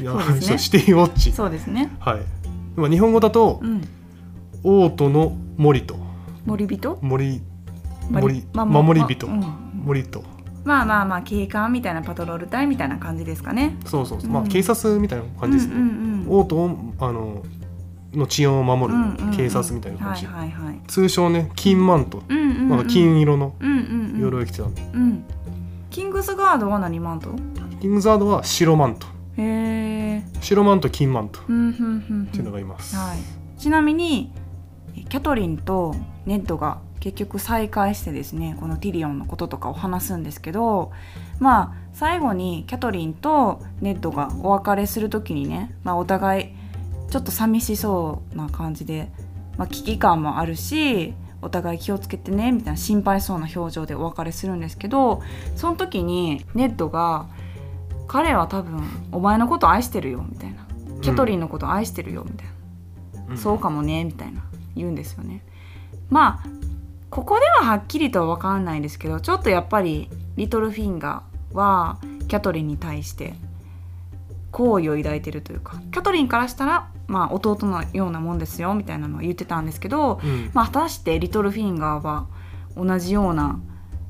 いや
そうですね
そうシティウォッチ
そうですね
はいまあ日本語だと、
うん
オートの森と
森人
森森
ま
守り人
まうん
森と
まあまあまあ警官みたいなパトロール隊みたいな感じですかね
そうそうそう、
うん
まあ警察みたいな感じですね、
うんうんうん
オートをあのの治安を守
うんうんうん
る警察みたいな感じ、
はいはいはい
通称ね金マント、
うんうんうん
まあ、金色の
うんうんうん
鎧を着てたんで、
うん。キングスガードは何マント？
キングザードは白マント
へえ。
白マント金マントっ
うんふんふんふ
ていうの
ん。
がいます、
はい。ちなみにえキャトリンとネッドが結局再会してですね、このティリオンのこととかを話すんですけど、まあ最後にキャトリンとネッドがお別れするときにね、まあお互いちょっと寂しそうな感じで、まあ危機感もあるし。お互い気をつけてねみたいな心配そうな表情でお別れするんですけどその時にネッドが「彼は多分お前のこと愛してるよ」みたいな「キャトリンのこと愛してるよ」みたいな
うん
そうかもねみたいな言うんですよね。まあここでははっきりとは分かんないですけどちょっとやっぱりリトルフィンガーはキャトリンに対して好意を抱いてるというかキャトリンからしたら、まあ、弟のようなもんですよみたいなのは言ってたんですけど、
うん
まあ、果たしてリトルフィンガーは同じような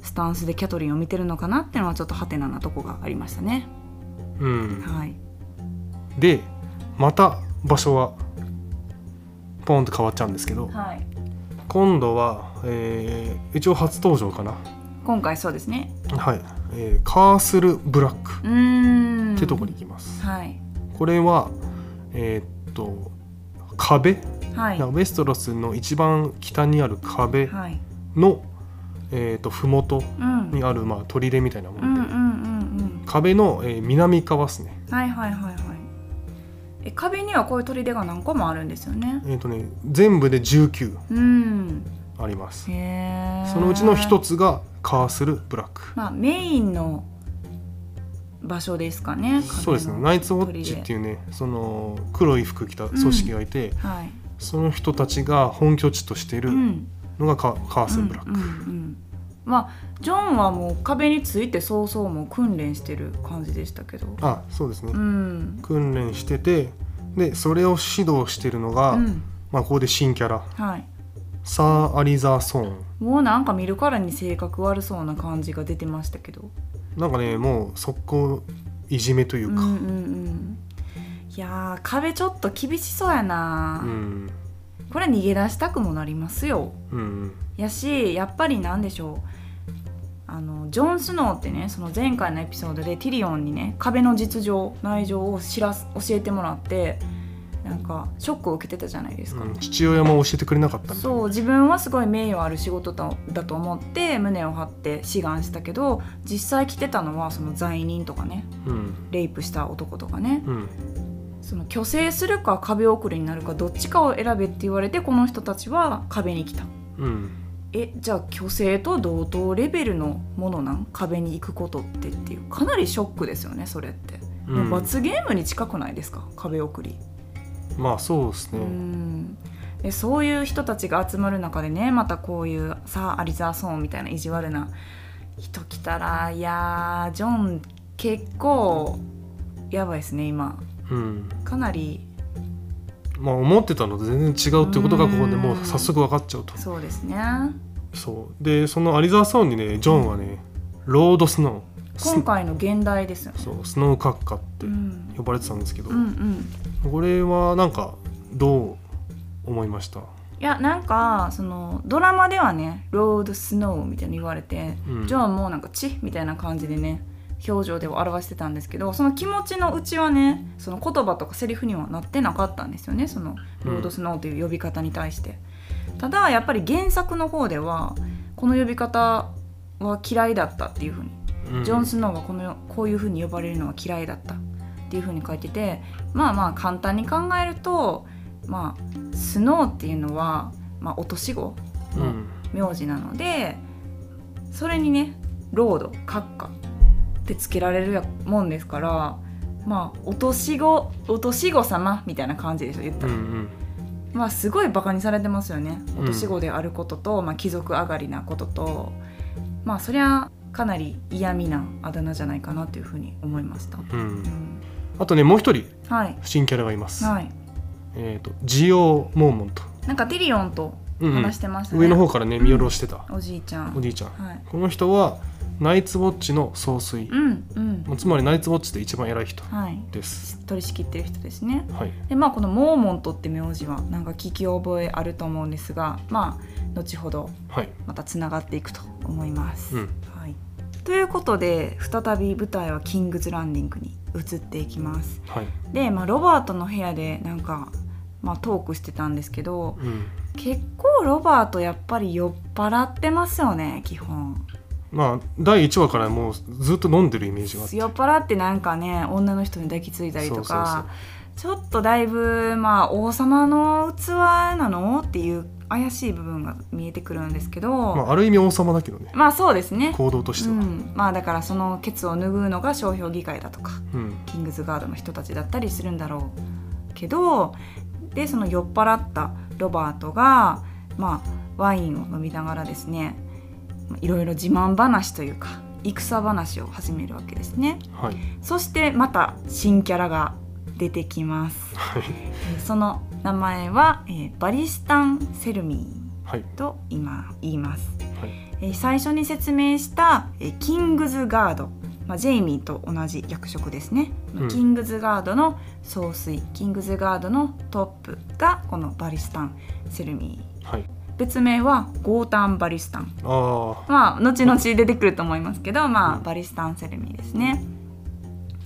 スタンスでキャトリンを見てるのかなっていうのはちょっとハテナなとこがありましたね。
うん、
はい、
でまた場所はポンと変わっちゃうんですけど
はい、
今度は、えー一応初登場かな
今回そうですね
はい、えーカースル・ブラック
うーん
ってとこに行きます、
はい
これはえーっと壁、
はい
なウェストロスの一番北にある壁
はい
の、えー、と麓
うん
にある、まあ、砦みたいなも
うんうん
ん
う
で、
ん
壁の、えー南側ですね
うんはいはいはいはいえ壁にはこういう砦が何個もあるんですよね
えっ、とね全部で19
うん
あります
へえ
そのうちの一
つ
つがカースルブラック
まあメインの場所ですかね壁の
そうですねナイツウォッチっていうねその黒い服着た組織がいて、
はい
その人たちが本拠地としている
うん
のがカ,、カースルブラック、
うんうんうんまあジョンはもう壁について早々もう訓練してる感じでしたけど
あそうですね、
うん
訓練しててでそれを指導してるのが、
うん
まあ、ここで新キャラ
はい
サー・アリザー・ソーン
もうなんか見るからに性格悪そうな感じが出てましたけど
なんかねもう速攻いじめとい
う
う
んう
か、
ん
う
うんんいやー壁ちょっと厳しそうやな、これ逃げ出したくもなりますよ
うん
やしやっぱりなんでしょうあのジョン・スノーってねその前回のエピソードでティリオンにね壁の実情内情を知らす教えてもらってなんかショックを受けてたじゃないですか、
うん父親も教えてくれなかったみたいな
そう自分はすごい名誉ある仕事だだと思って胸を張って志願したけど実際来てたのはその罪人とかね
うん
レイプした男とかね
うん
その虚勢するか壁送りになるかどっちかを選べって言われてこの人たちは壁に来た
うん
えじゃあ虚勢と同等レベルのものなん壁に行くことってっていうかなりショックですよねそれって、
う
もうん罰ゲームに近くないですか壁送り
まあそうです
う
ね
んでそういう人たちが集まる中でねまたこういうさあアリザーソーンみたいな意地悪な人来たらいやージョン結構やばいですね今
うん
かなり
まあ思ってたのと全然違うってことがここでもう早速分かっちゃうと
そうですね
そうでそのアリザー・ソーンにねジョンはねロード・スノース
今回の現代ですよね、
そうスノー閣下って
うん、
呼ばれてたんですけど、
うんうん
これはなんかどう思いました、
いやなんかそのドラマではね「ロードスノー」みたいに言われて、
うん
ジョンもなんか「チ」みたいな感じでね表情では表してたんですけどその気持ちのうちはねその言葉とかセリフにはなってなかったんですよねその「
うん
ロードスノー」という呼び方に対して。ただやっぱり原作の方ではこの呼び方は嫌いだったっていうふうに
うん
ジョン・スノーはこのこういうふうに呼ばれるのは嫌いだったっていうふうに書いててまあまあ簡単に考えると、まあ、スノーっていうのは、まあ、お年子
うん
名字なのでそれにねロード閣下ってつけられるもんですからまあお年子お年子様みたいな感じでしょ言っ
う
た
んう
ら、
ん
まあすごいバカにされてますよね
うん
お年子であることと、まあ、貴族上がりなこととまあそりゃかなり嫌味なあだ名じゃないかなというふうに思いました、
う、
うんん
あとねもう一人
はい
新キャラがいます、
はい
えっ、とジオモーモント、
なんかティリオンと
うんうん
話してましたね、
上の方からね見下ろしてた、
おじいちゃ
お
ん
じいちゃん
はい
この人はナイツウォッチの総帥
う、んうん
つまりナイツウォッチで一番偉い人
はい
です
取り仕切ってる人ですね
はい
でまあこのモーモントって名字はなんか聞き覚えあると思うんですがまあ後ほど
はい
またつながっていくと思います。
うん
はい、ということで再び舞台はキングズ・ランディングに移っていきます。
はい
で、まあ、ロバートの部屋でなんか、まあ、トークしてたんですけど
うん
結構ロバートやっぱり酔っ払ってますよね基本。
まあ第1話からもうずっと飲んでるイメージがあって
酔っ払ってなんかね女の人に抱きついたりとか。
そうそうそう
ちょっとだいぶまあ王様の器なのっていう怪しい部分が見えてくるんですけど、
ま
まあ、
あ、ある意味王様だけどね
そうですね、
行動として
う
は、
ん、まあだからそのケツを拭うのが商標議会だとか
うん
キングズガードの人たちだったりするんだろうけどでその酔っ払ったロバートが、まあ、ワインを飲みながらですねまあいろいろ自慢話というか戦話を始めるわけですね
はい
そしてまた新キャラが出てきます
はい
えーその名前は、えーバリスタン・セルミ
はい
ーと今言います、
はい
えー最初に説明した、えーキングズ・ガード、まあ、ジェイミーと同じ役職ですね、
うん
キングズ・ガードの総帥キングズ・ガードのトップがこのバリスタン・セルミー
はい
別名はゴータン・バリスタン
あ
まあ後々出てくると思いますけど、まあ、バリスタンセルミーですね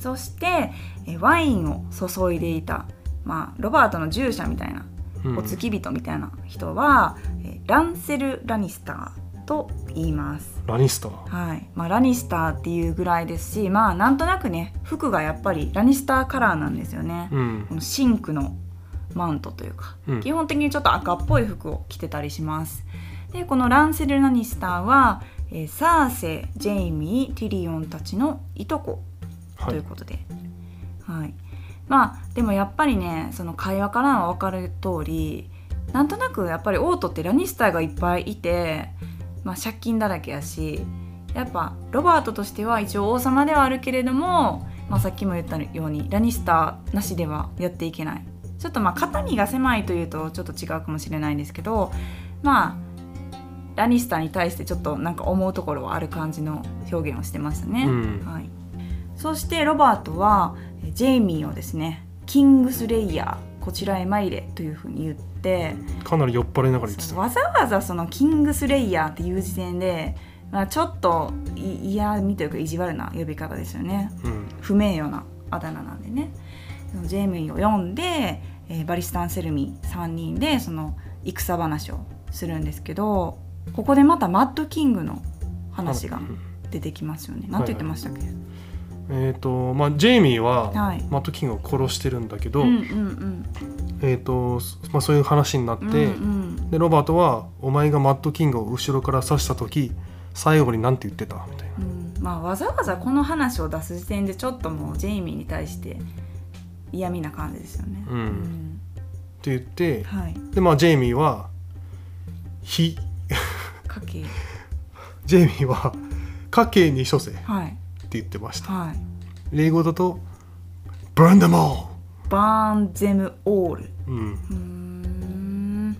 そしてえワインを注いでいた、まあ、ロバートの従者みたいな
あ、うん
お付き人みたいな人は、えランセル・ラニスターと言います。
ラニスター
はいまあ、ラニスターっていうぐらいですしまあなんとなくね服がやっぱりラニスターカラーなんですよね、
うん
このシンクのマウントというか、
うん
基本的にちょっと赤っぽい服を着てたりしますでこのランセル・ラニスターは、えーサーセジェイミーティリオンたちのいとこ
は
という
い
ことで、はいまあでもやっぱりねその会話からは分かる通りなんとなくやっぱりオートってラニスターがいっぱいいて、まあ、借金だらけやしやっぱロバートとしては一応王様ではあるけれども、まあ、さっきも言ったようにラニスターなしではやっていけないちょっとまあ肩身が狭いというとちょっと違うかもしれないんですけどまあラニスターに対してちょっとなんか思うところはある感じの表現をしてましたね。
うん
はい、そしてロバートはえジェイミーをですねキングスレイヤーこちらへ参れというふうに言って
かなり酔っ払いながら言って
そう
た
わざわざそのキングスレイヤーっていう時点で、まあ、ちょっとい嫌味というか意地悪な呼び方ですよね
うん
不名誉なあだ名なんでねそのジェイミーを読んで、えーバリスタン・セルミ3人でその戦話をするんですけどここでまたマッドキングの話が
うん
出てきますよね。なんて言ってましたっけ、
えっ、とまあジェイミーは、
はい
マット・キングを殺してるんだけど、
うんうん
えっ、と、そまあ、そういう話になって、
うんうん
でロバートは「お前がマット・キングを後ろから刺した時最後になんて言ってた?」みたいな
うんまあわざわざこの話を出す時点でちょっともうジェイミーに対して嫌味な感じですよね。
うん
ん
って言って
はい、
でまあジェイミーは「非
家計」
ジェイミーは「家計に処せ」って
はい
言ってました
はい
英語だと「ブランダモ
バーンゼムオール。
ー!」うん、っ
うーん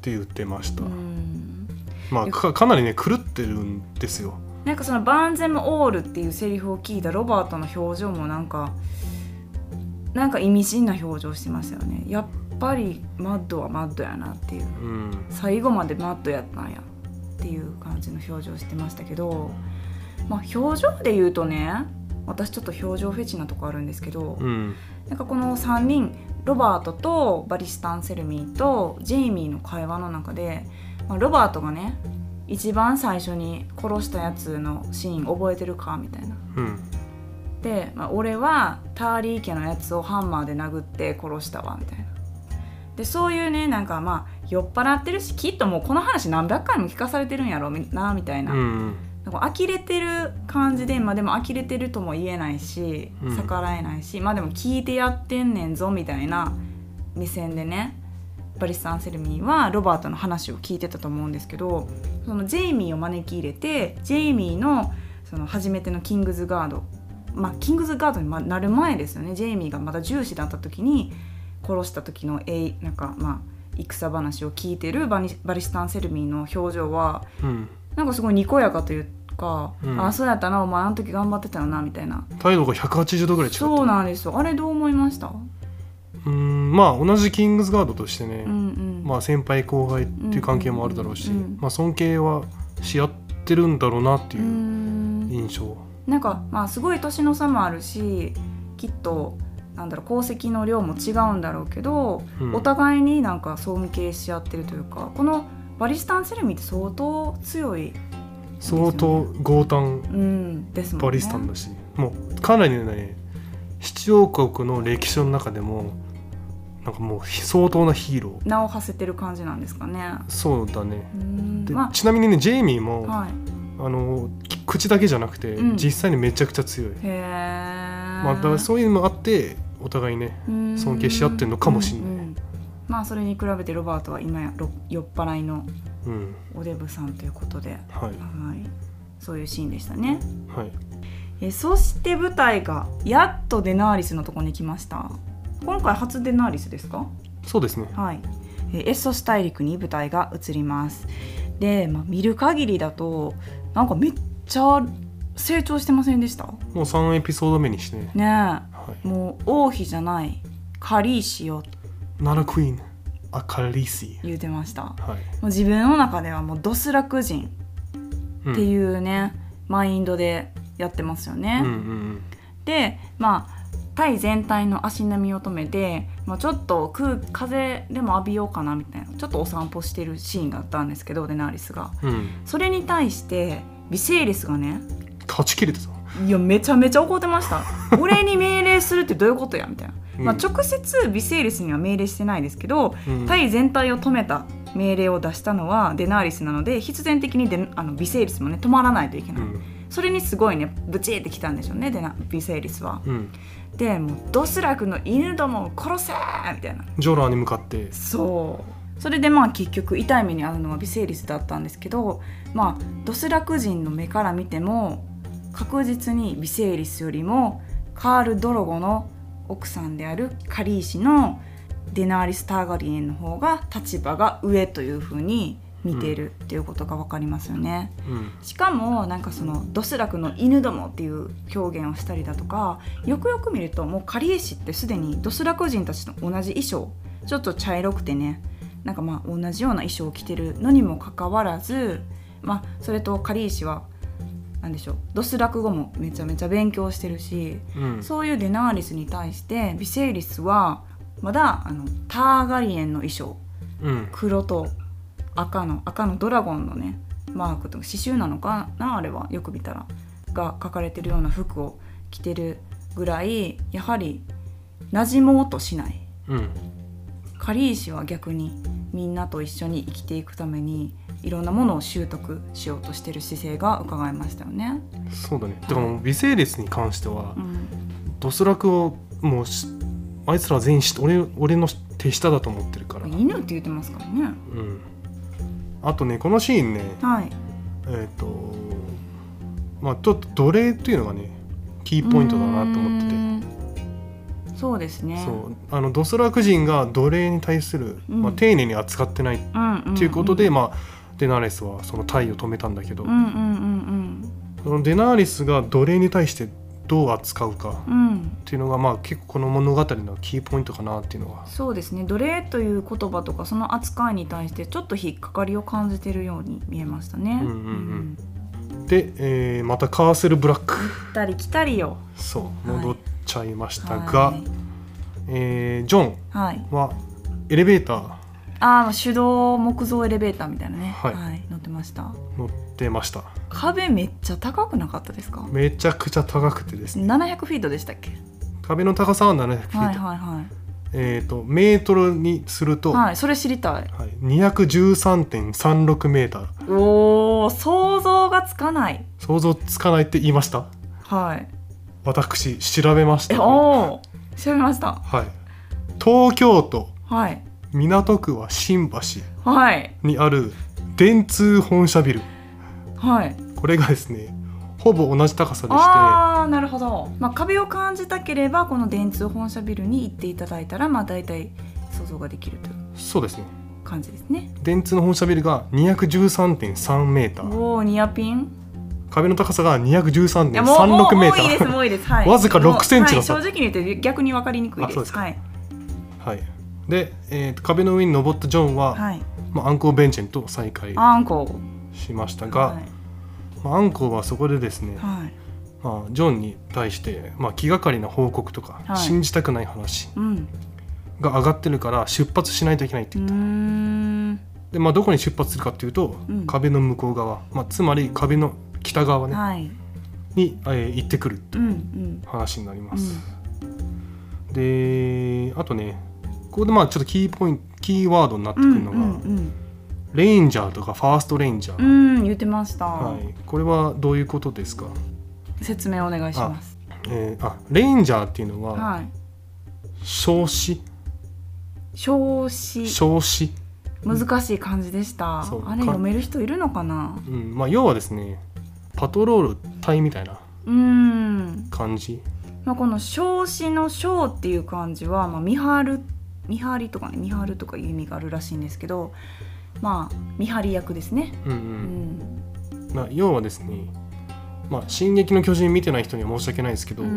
て言ってました、
うん
まあかかなりね狂ってるんですよ
なんかそのバーンゼムオールっていうセリフを聞いたロバートの表情もなんかなんか意味深な表情してましたよね。やっぱりマッドはマッドやなっていう。
うん
最後までマットやったんやっていう感じの表情してましたけど、まあ、表情で言うとね私ちょっと表情フェチなとこあるんですけど、
うん
なんかこの3人ロバートとバリスタン・セルミーとジェイミーの会話の中で、まあ、ロバートがね一番最初に殺したやつのシーン覚えてるかみたいな。
うん
で、まあ、俺はターリー家のやつをハンマーで殴って殺したわみたいなでそういうねなんかまあ酔っ払ってるしきっともうこの話何百回も聞かされてるんやろみなみたいな,、
うん
なんか呆れてる感じで、まあ、でも呆れてるとも言えないし
うん
逆らえないし、まあでも聞いてやってんねんぞみたいな目線でねバリスタン・セルミーはロバートの話を聞いてたと思うんですけどそのジェイミーを招き入れてジェイミーのその初めてのキングズガードまあキングズガードにまなる前ですよねジェイミーがまだ重視だった時に殺した時のえいなんかまあ戦話を聞いてるバニバリスタン・セルミーの表情は
うん
なんかすごいにこやかというか、
うん
あそうやったなお前あの時頑張ってたよなみたいな
態度が180度ぐらい違った
そうなんですよあれどう思いました
うんまあ同じキングズガードとしてね、
うんうん
まあ、先輩後輩っていう関係もあるだろうし、
うんうんうん
まあ、尊敬はし合ってるんだろうなって
う
い
ー
うん印象、
なんかまあすごい年の差もあるしきっとなんだろう功績の量も違うんだろうけど、
うん
お互いになんか尊敬し合ってるというかこのバリスタンセルミって相当強い、
相当強胆
うん、ですもんね。
バリスタンだし、もうかなりね七王国の歴史の中でもなんかもう相当なヒーロ
名を馳せてる感じなんですかね。
ーそうだね
うーん
で、
ま
ちなみにねジェイミーも、
あはい、
あのき口だけじゃなくて、
うん
実際にめちゃくちゃ強い、
へえ。
まあ、だからそういうのもあってお互いね尊敬し合ってんのかもしん
う
ない
んうんまあそれに比べてロバートは今やろ酔っ払いの
うん
おデブさんということで、
はい
はい、そういうシーンでしたね
はい
えそして舞台がやっとデナーリスのとこに来ました今回初デナーリスですか
そうですね
はい、えーエッソス大陸に舞台が移りますで、まあ、見る限りだとなんかめっちゃ成長してませんでした
もう3エピソード目にしてね、
ね
はい
えもう王妃じゃないカリーシよ
ナラクイーンアカリシ
言うてました
はい、
もう自分の中ではもうドスラク人
うん、
っていうね、マインドでやってますよね。
うんうん
でまあタイ全体の足並みを止めて、まあ、ちょっと空風でも浴びようかなみたいなちょっとお散歩してるシーンがあったんですけどデナーリスが
うん
それに対してビセイリスがね
断ち切れてた、
いやめちゃめちゃ怒ってました 俺に命令するってどういうことやみたいな、
うん
まあ、直接ビセイリスには命令してないですけど
うん
タイ全体を止めた命令を出したのはデナーリスなので必然的にデあのビセイリスもね止まらないといけ
う
ない、
ん
それにすごいねブチってきたんでしょうねデナビセイリスは。
うん、
でもうドスラクの犬どもを殺せみたいな
ジョラーに向かって
そうそれでまあ結局痛い目に遭うのは微生率だったんですけどまあドスラク人の目から見ても確実に微生率よりもカール・ドロゴの奥さんであるカリー氏のデナーリス・ターガリエンの方が立場が上というふうに見ているっていうことが分かりますよね。
うん
しかもなんかそのドスラクの犬どもっていう表現をしたりだとかよくよく見るともうカリエ氏ってすでにドスラク人たちと同じ衣装ちょっと茶色くてねなんかまあ同じような衣装を着てるのにもかかわらず、まあ、それとカリエ氏はなんでしょうドスラク語もめちゃめちゃ勉強してるし
うん
そういうデナーリスに対してビセイリスはまだあのターガリエンの衣装
うん
黒と赤の赤のドラゴンのねマークとか刺繍なのかなあれはよく見たらが書かれてるような服を着てるぐらいやはり馴染もうとしない
うん
カリー氏は逆にみんなと一緒に生きていくためにいろんなものを習得しようとしてる姿勢が伺えましたよね。
そうだねだからもう微生列に関しては
うん、
ドスラクをもうしあいつら全員し俺俺の手下だと思ってるから、う
犬って言ってますからね。
ん、あとねこのシーンね
はい。
えっ、とまあちょっと奴隷っていうのがねキーポイントだなと思って
て
て、
て。そうですね。
そうあのドスラク人が奴隷に対する、
うん
まあ、丁寧に扱ってないっ
うんうんん
ていうことで、。まあ、デナーレスはそのタイを止めたんだけど、
うんうんうん
そのデナーレスが奴隷に対してどう扱うか
うん。うん。
っていうのが、まあ、結構この物語のキーポイントかなっていうのが
そうですね奴隷という言葉とかその扱いに対してちょっと引っかかりを感じているように見えましたね。
うんうんうんで、えーまたカーセルブラック
行ったり来たりよ。
そう
はい
戻っちゃいましたが、
はい
えージョン
はい、
はエレベーター
ああ手動木造エレベーターみたいなね、
はい
乗ってました
乗ってました
壁めっちゃ高くなかったですか
めちゃくちゃ高くてですね
700フィートでしたっけ
壁の高さは700フィート、
はいはいは
えー、とメートルにすると、
いはいそれ知りたい
はい、213.36メーター
おー想像がつかない
想像つかないって言いました
はい
私調べまし
え
たは
おお調べました
い東京都
はい
港区は新橋
はい
にある電通本社ビル
はい
これがですねほぼ同じ高さでし
ああなるほど、まあ、壁を感じたければこの電通本社ビルに行っていただいたらまあ大体想像ができるという
てそうですね
感じですね
電通の本社ビルが213.3メーター
おおニアピン
壁の高さが213.36
いやもうもう
メー
もう
タ
いいです
ー
もういいです、はい、
わずか6
もう
センチの
はい、
差
正直に言って逆に分かりにくいで
あ
す
そうですか
はい、
はいで、えーと壁の上に登ったジョンは、
はい、
まあ、アンコウ・ベンチェンと再会
あんこ
しましたが、
は
まあ、アンコウはそこでですね
い、、はい、
まあ、ジョンに対して、まあ、気がかりな報告とか、
はい
信じたくない話
うん
が上がってるから出発しないといけないって
うー
言った、
ん
で、まあ、どこに出発するかっていうと、
うん
壁の向こう側、まあ、つまり壁の北側、ね
はい
に、えー行ってくるって
うんうん
話になります、であとねここでまあちょっとキーポイントキーワードになって
う
くる
ん
の
う
が、
んうん
レインジャーとかファーストレインジャ
う
ー、
ん言ってました、
はい、これはどういうことですか、
説明お願いします
えーあレインジャーっていうのは
はい
少子
少子
少子、
難しい漢字でした
そう
あれ
か
読める人いるのかな
うんまあ、要はですねパトロール隊みたいな
うーん、
感じ
まあ、この「少子」の「少」っていう漢字は、まあ、見張る見張りとかね見張るとかいう意味があるらしいんですけどまあ見張り役ですね、
うんう
うんん、
まあ、要はですね「まあ、進撃の巨人」見てない人には申し訳ないですけ
う
ど「
んうん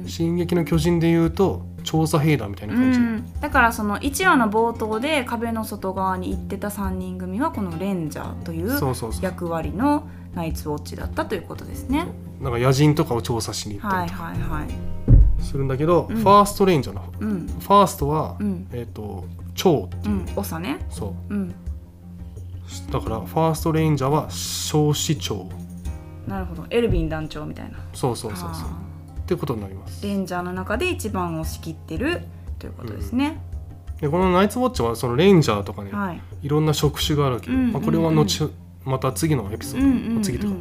うん
進撃の巨人」で言うと調査兵団みたいな
う
感じ、
ん、だからその1話の冒頭で壁の外側に行ってた3人組はこのレンジャーという
そうそうそう
役割のナイツウォッチだったということですね。
なんか野人とかを調査しに行った
はい
りとか、
はいはい。
するんだけど、
うん
ファーストレインじゃないフ
うん
ァーストは、
うん
えっ、と蝶って
う
いう、
ん長ね
そう
うん
だからファーストレインジャーは小子長
なるほどエルヴィン団長みたいな
そうそうそうそう
あ
ってことになります
ーレンジャーの中で一番を仕切ってるということですね、
でこのナイツウォッチはそのレンジャーとかね、
はい
い、ろんな職種があるけど、
うんうんうん
まあ、これは後、また次のエピソー
う
ド、
んうんうん
次とか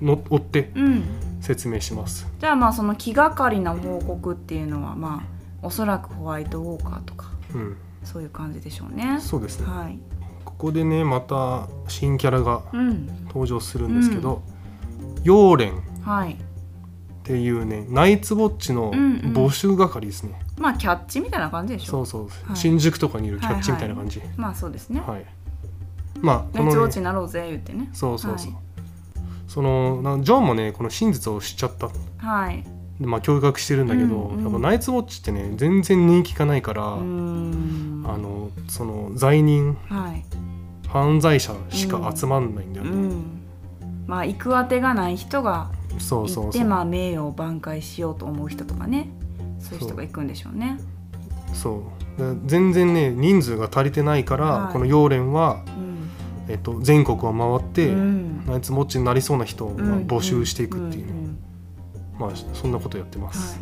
の追って
うん
説明します
じゃあまあその気がかりな報告っていうのはまあおそらくホワイトウォーカーとか
うん
そういう感じでしょうね
そうですね
はい
ここでねまた新キャラが
うん
登場するんですけど、ヨーレンっ
はい
ていうねナイツウォッチの
うんうん
募集係ですね、
まあキャッチみたいな感じでしょ
そうそう、
はい
新宿とかにいるキャッチみたいな感じはい、
まあそうですね、
まあこ
熱
の
落
ね
ちになろうぜ言ってね
そうそうそう、
は
そのなジョンもねこの真実を知っちゃった
はい
でまあ驚愕してるんだけど、
うんうん
やっぱナイツウォッチってね全然人気がないから、
うーん
あのその罪人
はい
犯罪者しか集まんないんだ
う
よね、
んまあ行くあてがない人が
そう
行
そ
っ
う
て
そう、
まあ名誉を挽回しようと思う人とかねそういう人が行くんでしょうね
そうで全然ね人数が足りてないから、
はい
このヨーレンは、
うん
えっと、全国を回って、
うん
ナイツウォッチになりそうな人を、まあ、募集していくっていうね、
んん
まあそんなことやってます、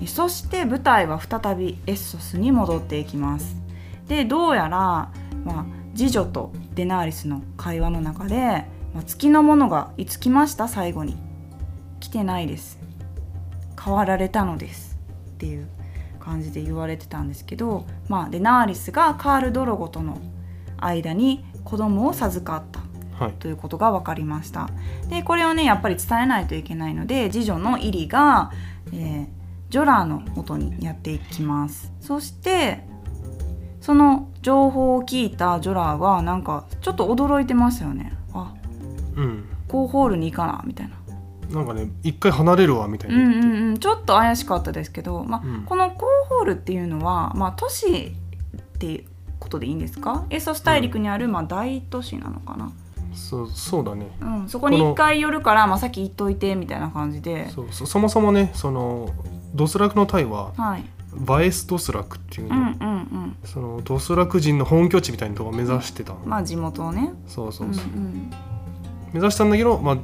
はい、 そして舞台は再びエッソスに戻っていきますでどうやら、まあ、次女とデナーリスの会話の中で「まあ、月のものがいつ来ました最後に」「来てないです」「変わられたのです」っていう感じで言われてたんですけど、まあ、デナーリスがカール・ドロゴとの間に子供を授かった
はい
ということが分かりましたでこれをねやっぱり伝えないといけないので次女のイリが、えージョラーの元にやっていきますそしてその情報を聞いたジョラーはなんかちょっと驚いてましたよねあ
うん
広報ールに行かなみたいな
なんかね一回離れるわみたいうな、
んうんうんちょっと怪しかったですけど、まあ
うん
この広報ールっていうのは、まあ、都市っていうことでいいんですかエーソス大陸にある、まあ、大都市なのかな
そうそうだね
うん、そこに一回寄るから、まあ、先行っといてみたいな感じで
そうそそもそもねそのドスラクの隊は
はい
バエスドスラクっていう、
うんうんうん
そのドスラク人の本拠地みたいなとこを目指してたの、
まあ地元をね
そうそううん
う
そう、
ん
目指したんだけど、まあ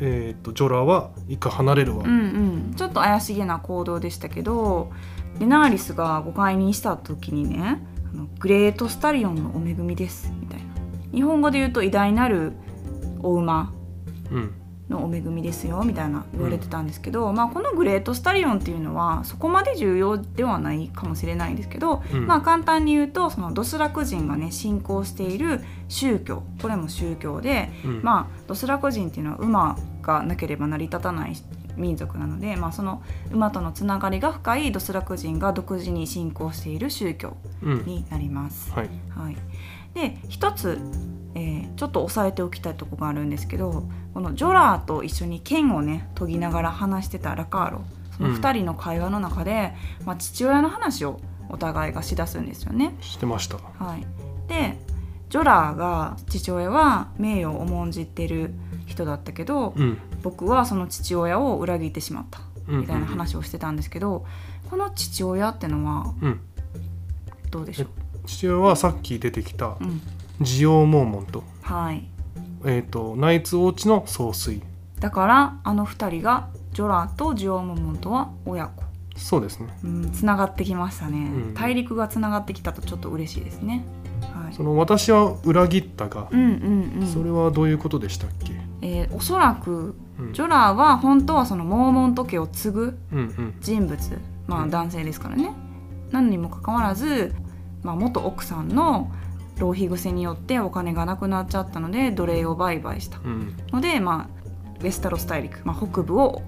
えーっとジョラーは一回離れるわ、
うんうんちょっと怪しげな行動でしたけどデナーリスがご解任した時にね「あのグレートスタリオンのお恵みです」みたいな日本語で言うと偉大なるお馬
うん
のお恵みですよみたいな言われてたんですけど、まあ、このグレートスタリオンっていうのはそこまで重要ではないかもしれないんですけど、
うん
まあ、簡単に言うとそのドスラク人がね信仰している宗教これも宗教で、
うん
まあ、ドスラク人っていうのは馬がなければ成り立たない民族なので、まあ、その馬とのつながりが深いドスラク人が独自に信仰している宗教
うん
になります。
はい
はい、で一つ、えーちょっと押さえておきたいとこがあるんですけどこのジョラーと一緒に剣をね研ぎながら話してたラカーロその
うん
2人の会話の中で、まあ、父親の話をお互いがしだすんですよね。
してました
はい、でジョラーが父親は名誉を重んじてる人だったけど、
うん
僕はその父親を裏切ってしまった
うん
みたいな話をしてたんですけど、この父親ってのは
うん
どうでしょう、
父親はさっき出てきた
うん
ジオウモーモンと,、
はい、
えーっとナイツウォッチの総帥
だからあの二人がジョラーとジオウモモンとは親子
そうですね
うんつながってきましたね、
うん
大陸がつながってきたとちょっと嬉しいですねはい
その私は裏切ったが
う、んうんうん
それはどういうことでしたっけ、
えーおそらく
うん、
ジョラーは本当はそのモーモン時計を継ぐ
うんうん
人物まあ
うん
男性ですからね、なのにもかかわらず、まあ、元奥さんの浪費癖によってお金がなくなっちゃったので奴隷を売買した
うん
ので、まあ、ウェスタロス大陸、まあ、北部を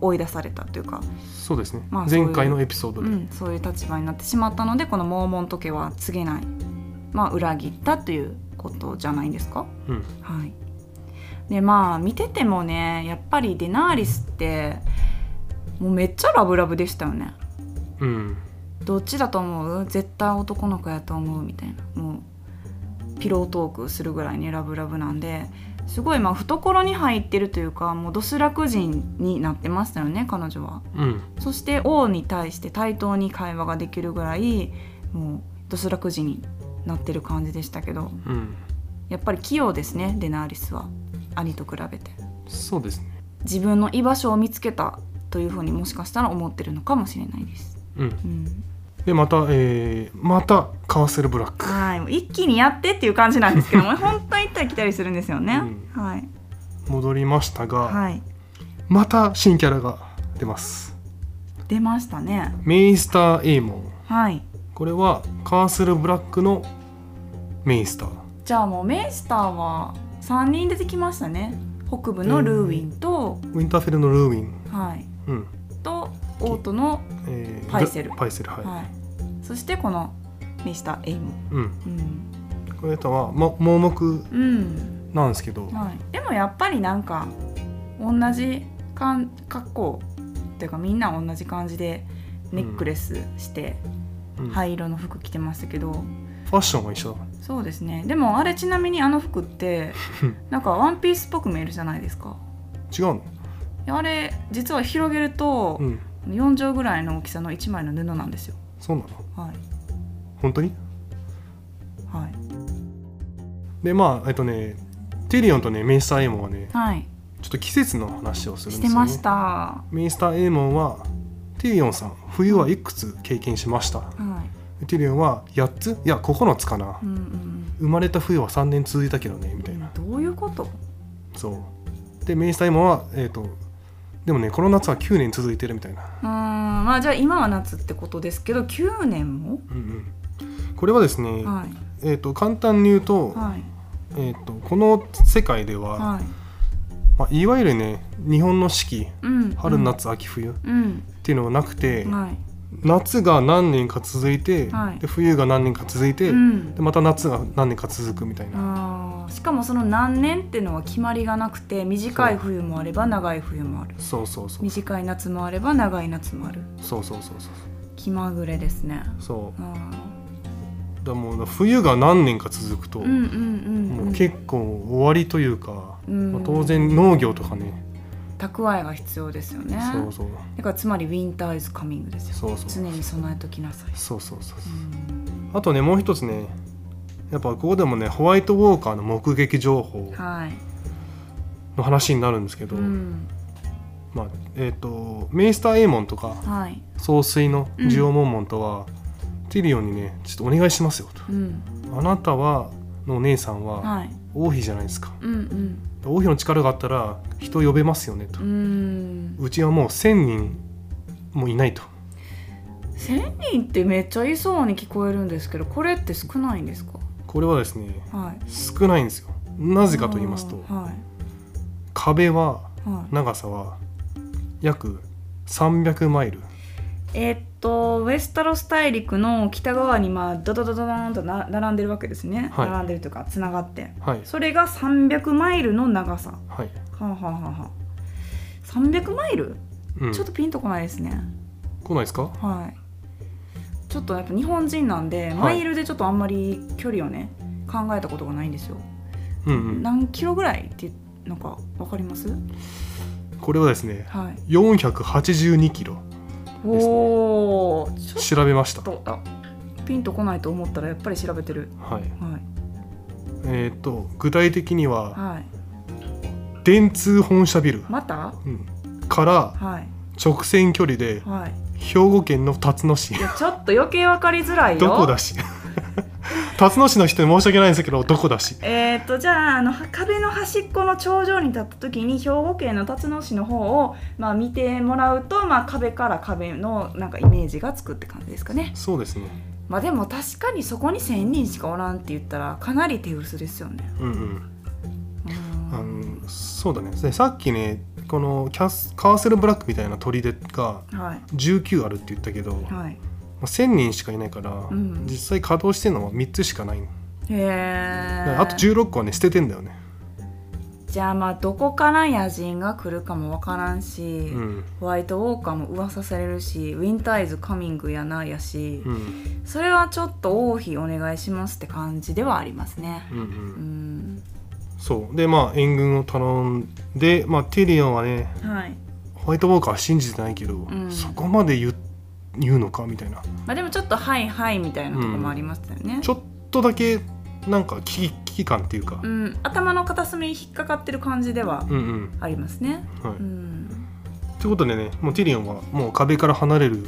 追い出されたというか
そうですね、
まあそういう
前回のエピソード
う
で、
ん、そういう立場になってしまったのでこのモーモン時計は告げない、まあ、裏切ったということじゃないんですか。
うん
はい、でまあ見ててもねやっぱりデナーリスってもうめっちゃラブラブでしたよね。
うん
どっちだと思う絶対男の子やと思うみたいなもうピロートークするぐらいにラブラブなんですごいまあ懐に入ってるというかもうドスラク人になってましたよね彼女は。
うん
そして王に対して対等に会話ができるぐらいもうドスラク人になってる感じでしたけど
うん
やっぱり器用ですねデナーリスは兄と比べて
そうですね
自分の居場所を見つけたというふうにもしかしたら思ってるのかもしれないです。
うん
うん、
でまた、えーまたカーセルブラック
はいもう一気にやってっていう感じなんですけ ども本当は行ったり来たりするんですよね。
う
はい、
戻りましたが、
はい、
また新キャラが出ます
出ましたね。
メイスターエイモン
はい
これはカーセルブラックのメイスター
じゃあもうメイスターは3人出てきましたね北部のルーウィンと、
ウィンターフェルのルーウィン、
はい
うん
と王都の、
えー
パイセル
パイセルはい、
はい、そしてこのメイスターエイモン
うん、
うん、
これとは、ま、盲目
うん
なんですけど、
はい、でもやっぱりなんか同じかん格好っていうかみんな同じ感じでネックレスして
うん
灰色の服着てましたけど、
ファッションは一緒だ
そうですねでもあれちなみにあの服っ て
うん
なんかワンピースっぽく見えるじゃないですか
違うの、
いやあれ実は広げると
うん、
4畳ぐらいの大きさの1枚の布なんですよ
そうなの
はい
本当に
はい
でまあえっとねテリオンとねメイスターエイモンはね
はい
ちょっと季節の話をするん
し
で
て
すよ、
ま
ね、
したは、
メイスターエイモンはテリオンさん冬はいくつ経験しましたテリオンは8ついや9つかない
うんうん
生まれた冬は3年続いたけどねみたいな
どういうこと
そうでメイスターエイモンはえっ、とでもねこの夏は9年続いてるみたいな
うーんまあじゃあ今は夏ってことですけど9年も
うんうんこれはですね、
はい
えー、と簡単に言うと,、
はい
えー、とこの世界では、
はい
まあ、いわゆるね日本の四季
うん
春夏秋冬っ
うん、
ていうのはなくて、
うん、はい
夏が何年か続いて、
はい
で冬が何年か続いて、
うん
でまた夏が何年か続くみたいな、
あーしかもその何年っていうのは決まりがなくて短い冬もあれば長い冬もある
そうそうそう
短い夏もあれば長い夏もある
そうそうそうそう
気まぐれですね
そう
あ
だからもう冬が何年か続くと、
ーうんうんうん、う
も
ん、
う結構終わりというか、
うん
まあ、当然農業とかね、
蓄えが必要ですよね
そうそう
だからつまりウィンターイズカミングですよ
そうそう
常に備えときなさい、
そうそうそうそう
うん
あとねもう一つねやっぱここでもねホワイトウォーカーの目撃情報
はい、
の話になるんですけど、
うん、
まあえー、とメイスターエイモンとか
はい、
総帥のジオモンモンとは、ティリオンにねちょっとお願いしますよと、
うん、
あなたはのお姉さんは
はい、
王妃じゃないですか、
うん、
王妃の力があったら人呼べますよねと、
うん、うん、
うちはもう1,000人もいないと
千人ってめっちゃいそうに聞こえるんですけど、これって少ないんですか。
これはですね
はい。
少ないんですよなぜかと言いますと
あーは、
壁はい
はい。
長さは約300マイル
えーっと、ウェスタロス大陸の北側に、まあ、ドドドドドーンとな並んでるわけですね。
はい
並んでるというか、つながって。
はい
それが300マイルの長さ。は
はい、
あ、はあはあはあ、300マイル、
うん、
ちょっとピンとこないですね。
来ないですか
はい。ちょっとやっぱ日本人なんで、
い
マイルでちょっとあんまり距離をね考えたことがないんですよ。
うんうん
何キロぐらいってなんかわかります？
これはですね
はい。
482キロ
おお、ちょっ
調べました
とあピンとこないと思ったらやっぱり調べてる。
はい
はい
えっ、と具体的には
はい。
電通本社ビル、
また？
うん、から
はい
直線距離で
はい。
兵庫県の辰野市
いやちょっと余計わかりづらいよ。
どこだし 辰野市の人に申し訳ないんですけどどこだし
えー、とじゃああのは壁の端っこの頂上に立った時に兵庫県の辰野市の方を、まあ、見てもらうと、まあ、壁から壁のなんかイメージがつくって感じですかね、
そうですね
まあ、でも確かにそこに1,000人しかおらんって言ったらかなり手薄ですよね。
うんうん
うー
あ
ん
のそうだねでさっきねこのキャスカーセルブラックみたいな砦が
はい
19あるって言ったけど、ま
はい、
あ1000人しかいないから、
うん
実際稼働してるのは3つしかないの
へ
だ
え
からあと16個はね捨ててんだよね、
じゃあまあどこから野人が来るかもわからんし、
うん
ホワイトウォーカーも噂されるしウィンターイズカミングやなやし、
うん
それはちょっと王妃お願いしますって感じではありますね。
うんう、
うんん
そうでまあ援軍を頼んで、まあ、ティリオンはね
はい
ホワイトウォーカーは信じてないけど、
ん
そこまで言う言うのかみたいな
まあ、でもちょっと「はいはい」みたいなとこもありましたよね、
ちょっとだけなんか危機危機感っていうか、
うん、頭の片隅に引っかかってる感じでは
うん、うん
ありますね。
はい
うん、
ということでねもうティリオンはもう壁から離れる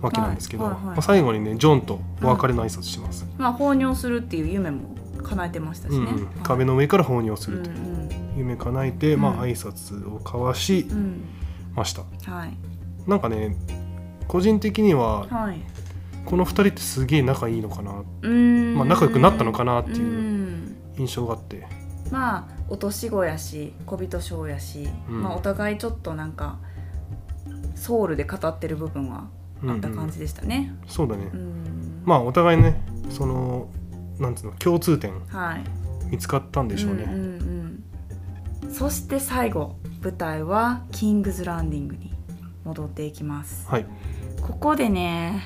わけなんですけど、
はいはいはい
まあ、最後にねジョンとお別れの挨拶します、
まあ放尿するっていう夢も叶えてましたし
うん
ね。
うん
はい
壁の上から放尿すると
う
いうん夢叶えて、
うん
まあ挨拶を交わし
うんうん
ました、
はい
なんかね個人的には
はい。
この2人ってすげえ仲いいのかな
うーん
まあ仲良くなったのかなっていう
うん
印象があって
まあお年子やし小人賞やし、
うん
まあお互いちょっとなんかソウルで語ってる部分は
うんう
あ
ん
った感じでしたね。
そうだね、
うん
まあお互いねそのなんつうの共通点
はい。
見つかったんでしょうね、
うんうんうん、そして最後舞台はキングズランディングに戻っていきます
はい
ここでね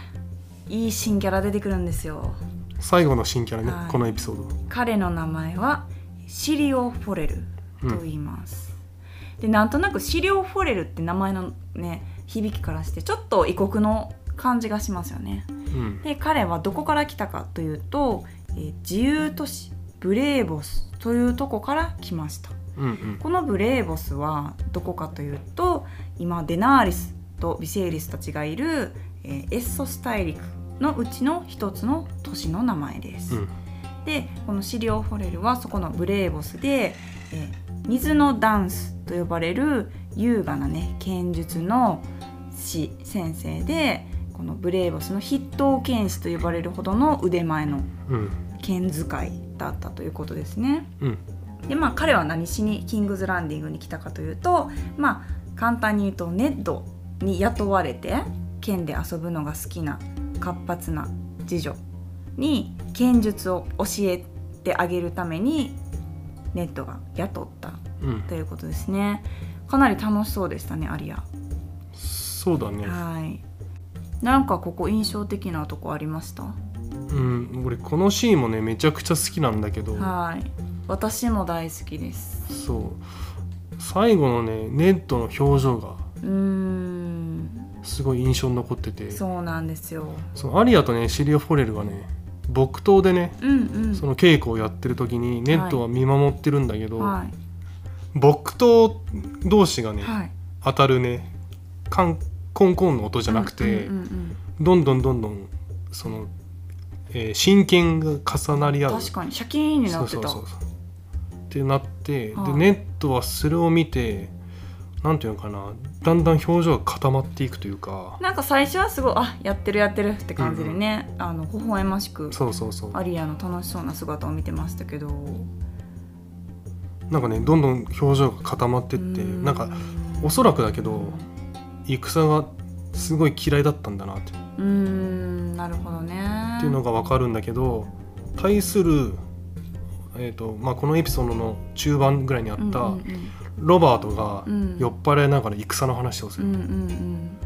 いい新キャラ出てくるんですよ
最後の新キャラね、
はい
このエピソード
彼の名前はシリオ・フォレル
う
と
ん
言います、でなんとなくシリオ・フォレルって名前のね響きからしてちょっと異国の感じがしますよね
うん
で彼はどこから来たかというと、えー自由都市ブレーボスというとこから来ました
うんうん
このブレーボスはどこかというと今デナーリスとビセイリスたちがいる、えーエッソス大陸のうちの一つの都市の名前です。
うん
でこのシリオ・フォレルはそこのブレーボスで、えー水のダンスと呼ばれる優雅なね剣術の師先生でこのブレーボスの筆頭剣士と呼ばれるほどの腕前の
うん
剣使いだったということですね。
うん
でまあ彼は何しにキングズランディングに来たかというとまあ簡単に言うとネッドに雇われて剣で遊ぶのが好きな活発な次女に剣術を教えてあげるためにネッドが雇った
うん
ということですねかなり楽しそうでしたねアリア
そうだね、
はいなんかここ印象的なとこありました
うん、俺このシーンもねめちゃくちゃ好きなんだけど、
はい私も大好きです
そう最後のねネットの表情が
うーん
すごい印象に残っててそ
そうなんですよ
のアリアとねシリオ・フォレルがね木刀でね
うんうん
その稽古をやってる時にネットは見守ってるんだけど、
は
木刀同士が
い
ね、
はい、
当たるねカンコンコンの音じゃなくて、
うんうんうん
どんどんどんどんその、えー真剣が重なり
う
合
ん、
う
確かにシャキーンになってた
そうそうそうそうってなって、
はい
でネットはそれを見てなんていうのかなだんだん表情が固まっていくというか
なんか最初はすごいあやってるやってるって感じでね、あの微笑ましく
そうそうそう
アリアの楽しそうな姿を見てましたけど
なんかねどんどん表情が固まってって
うん
なんかおそらくだけど戦がすごい嫌いだったんだなって,、っ
うーんなるほどね
ていうのが分かるんだけど対する、えーとまあ、このエピソードの中盤ぐらいにあった、
うんうん
ロバートが
うん
酔っ払いながら戦の話をす
う
る、
んうん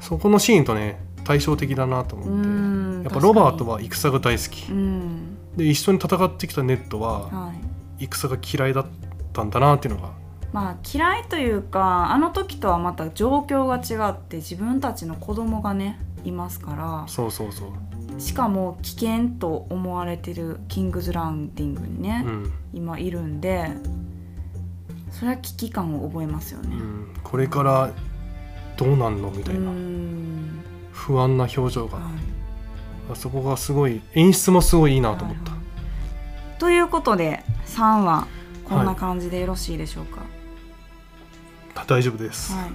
そこのシーンとね対照的だなと
う
思っ
ん
て。
うん
やっぱロバート
は
は戦が大好き、
うん
で一緒に戦ってきたネットは
はい
戦が嫌いだったんだなっていうのが
まあ嫌いというかあの時とはまた状況が違って自分たちの子供がねいますから
そうそうそう、
しかも危険と思われてるキングズランディングにね、
うん
今いるんでそれは危機感を覚えますよ
う
ね。
ん、これからどうなんのみ
う
たい
ー
なん不安な表情が
はい
あそこがすごい演出もすごいいいなと思っ
はいは
た
いということで3話こんな感じでよろしいでしょうか。
大丈夫です、
はい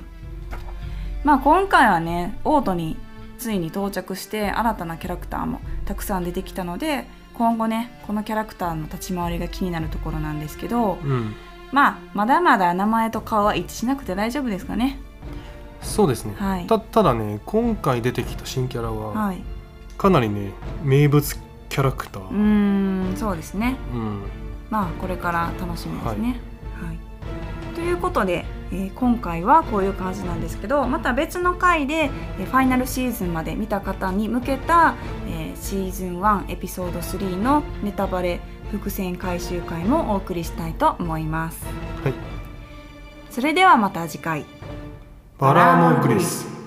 まあ、今回はねオートについに到着して新たなキャラクターもたくさん出てきたので今後ねこのキャラクターの立ち回りが気になるところなんですけど、
うん
まあまだまだ名前と顔は一致しなくて大丈夫ですかね。
そうですね、
はい
たただね今回出てきた新キャラは
はい、
かなりね名物キャラクタ
う
ー、
ーんそうですね。
うん
まあこれから楽しみですね。はいということで、えー今回はこういう感じなんですけどまた別の回で、えーファイナルシーズンまで見た方に向けた、えーシーズン1エピソード3のネタバレ伏線回収会もお送りしたいと思います、
はい
それではまた次回
バラモグリス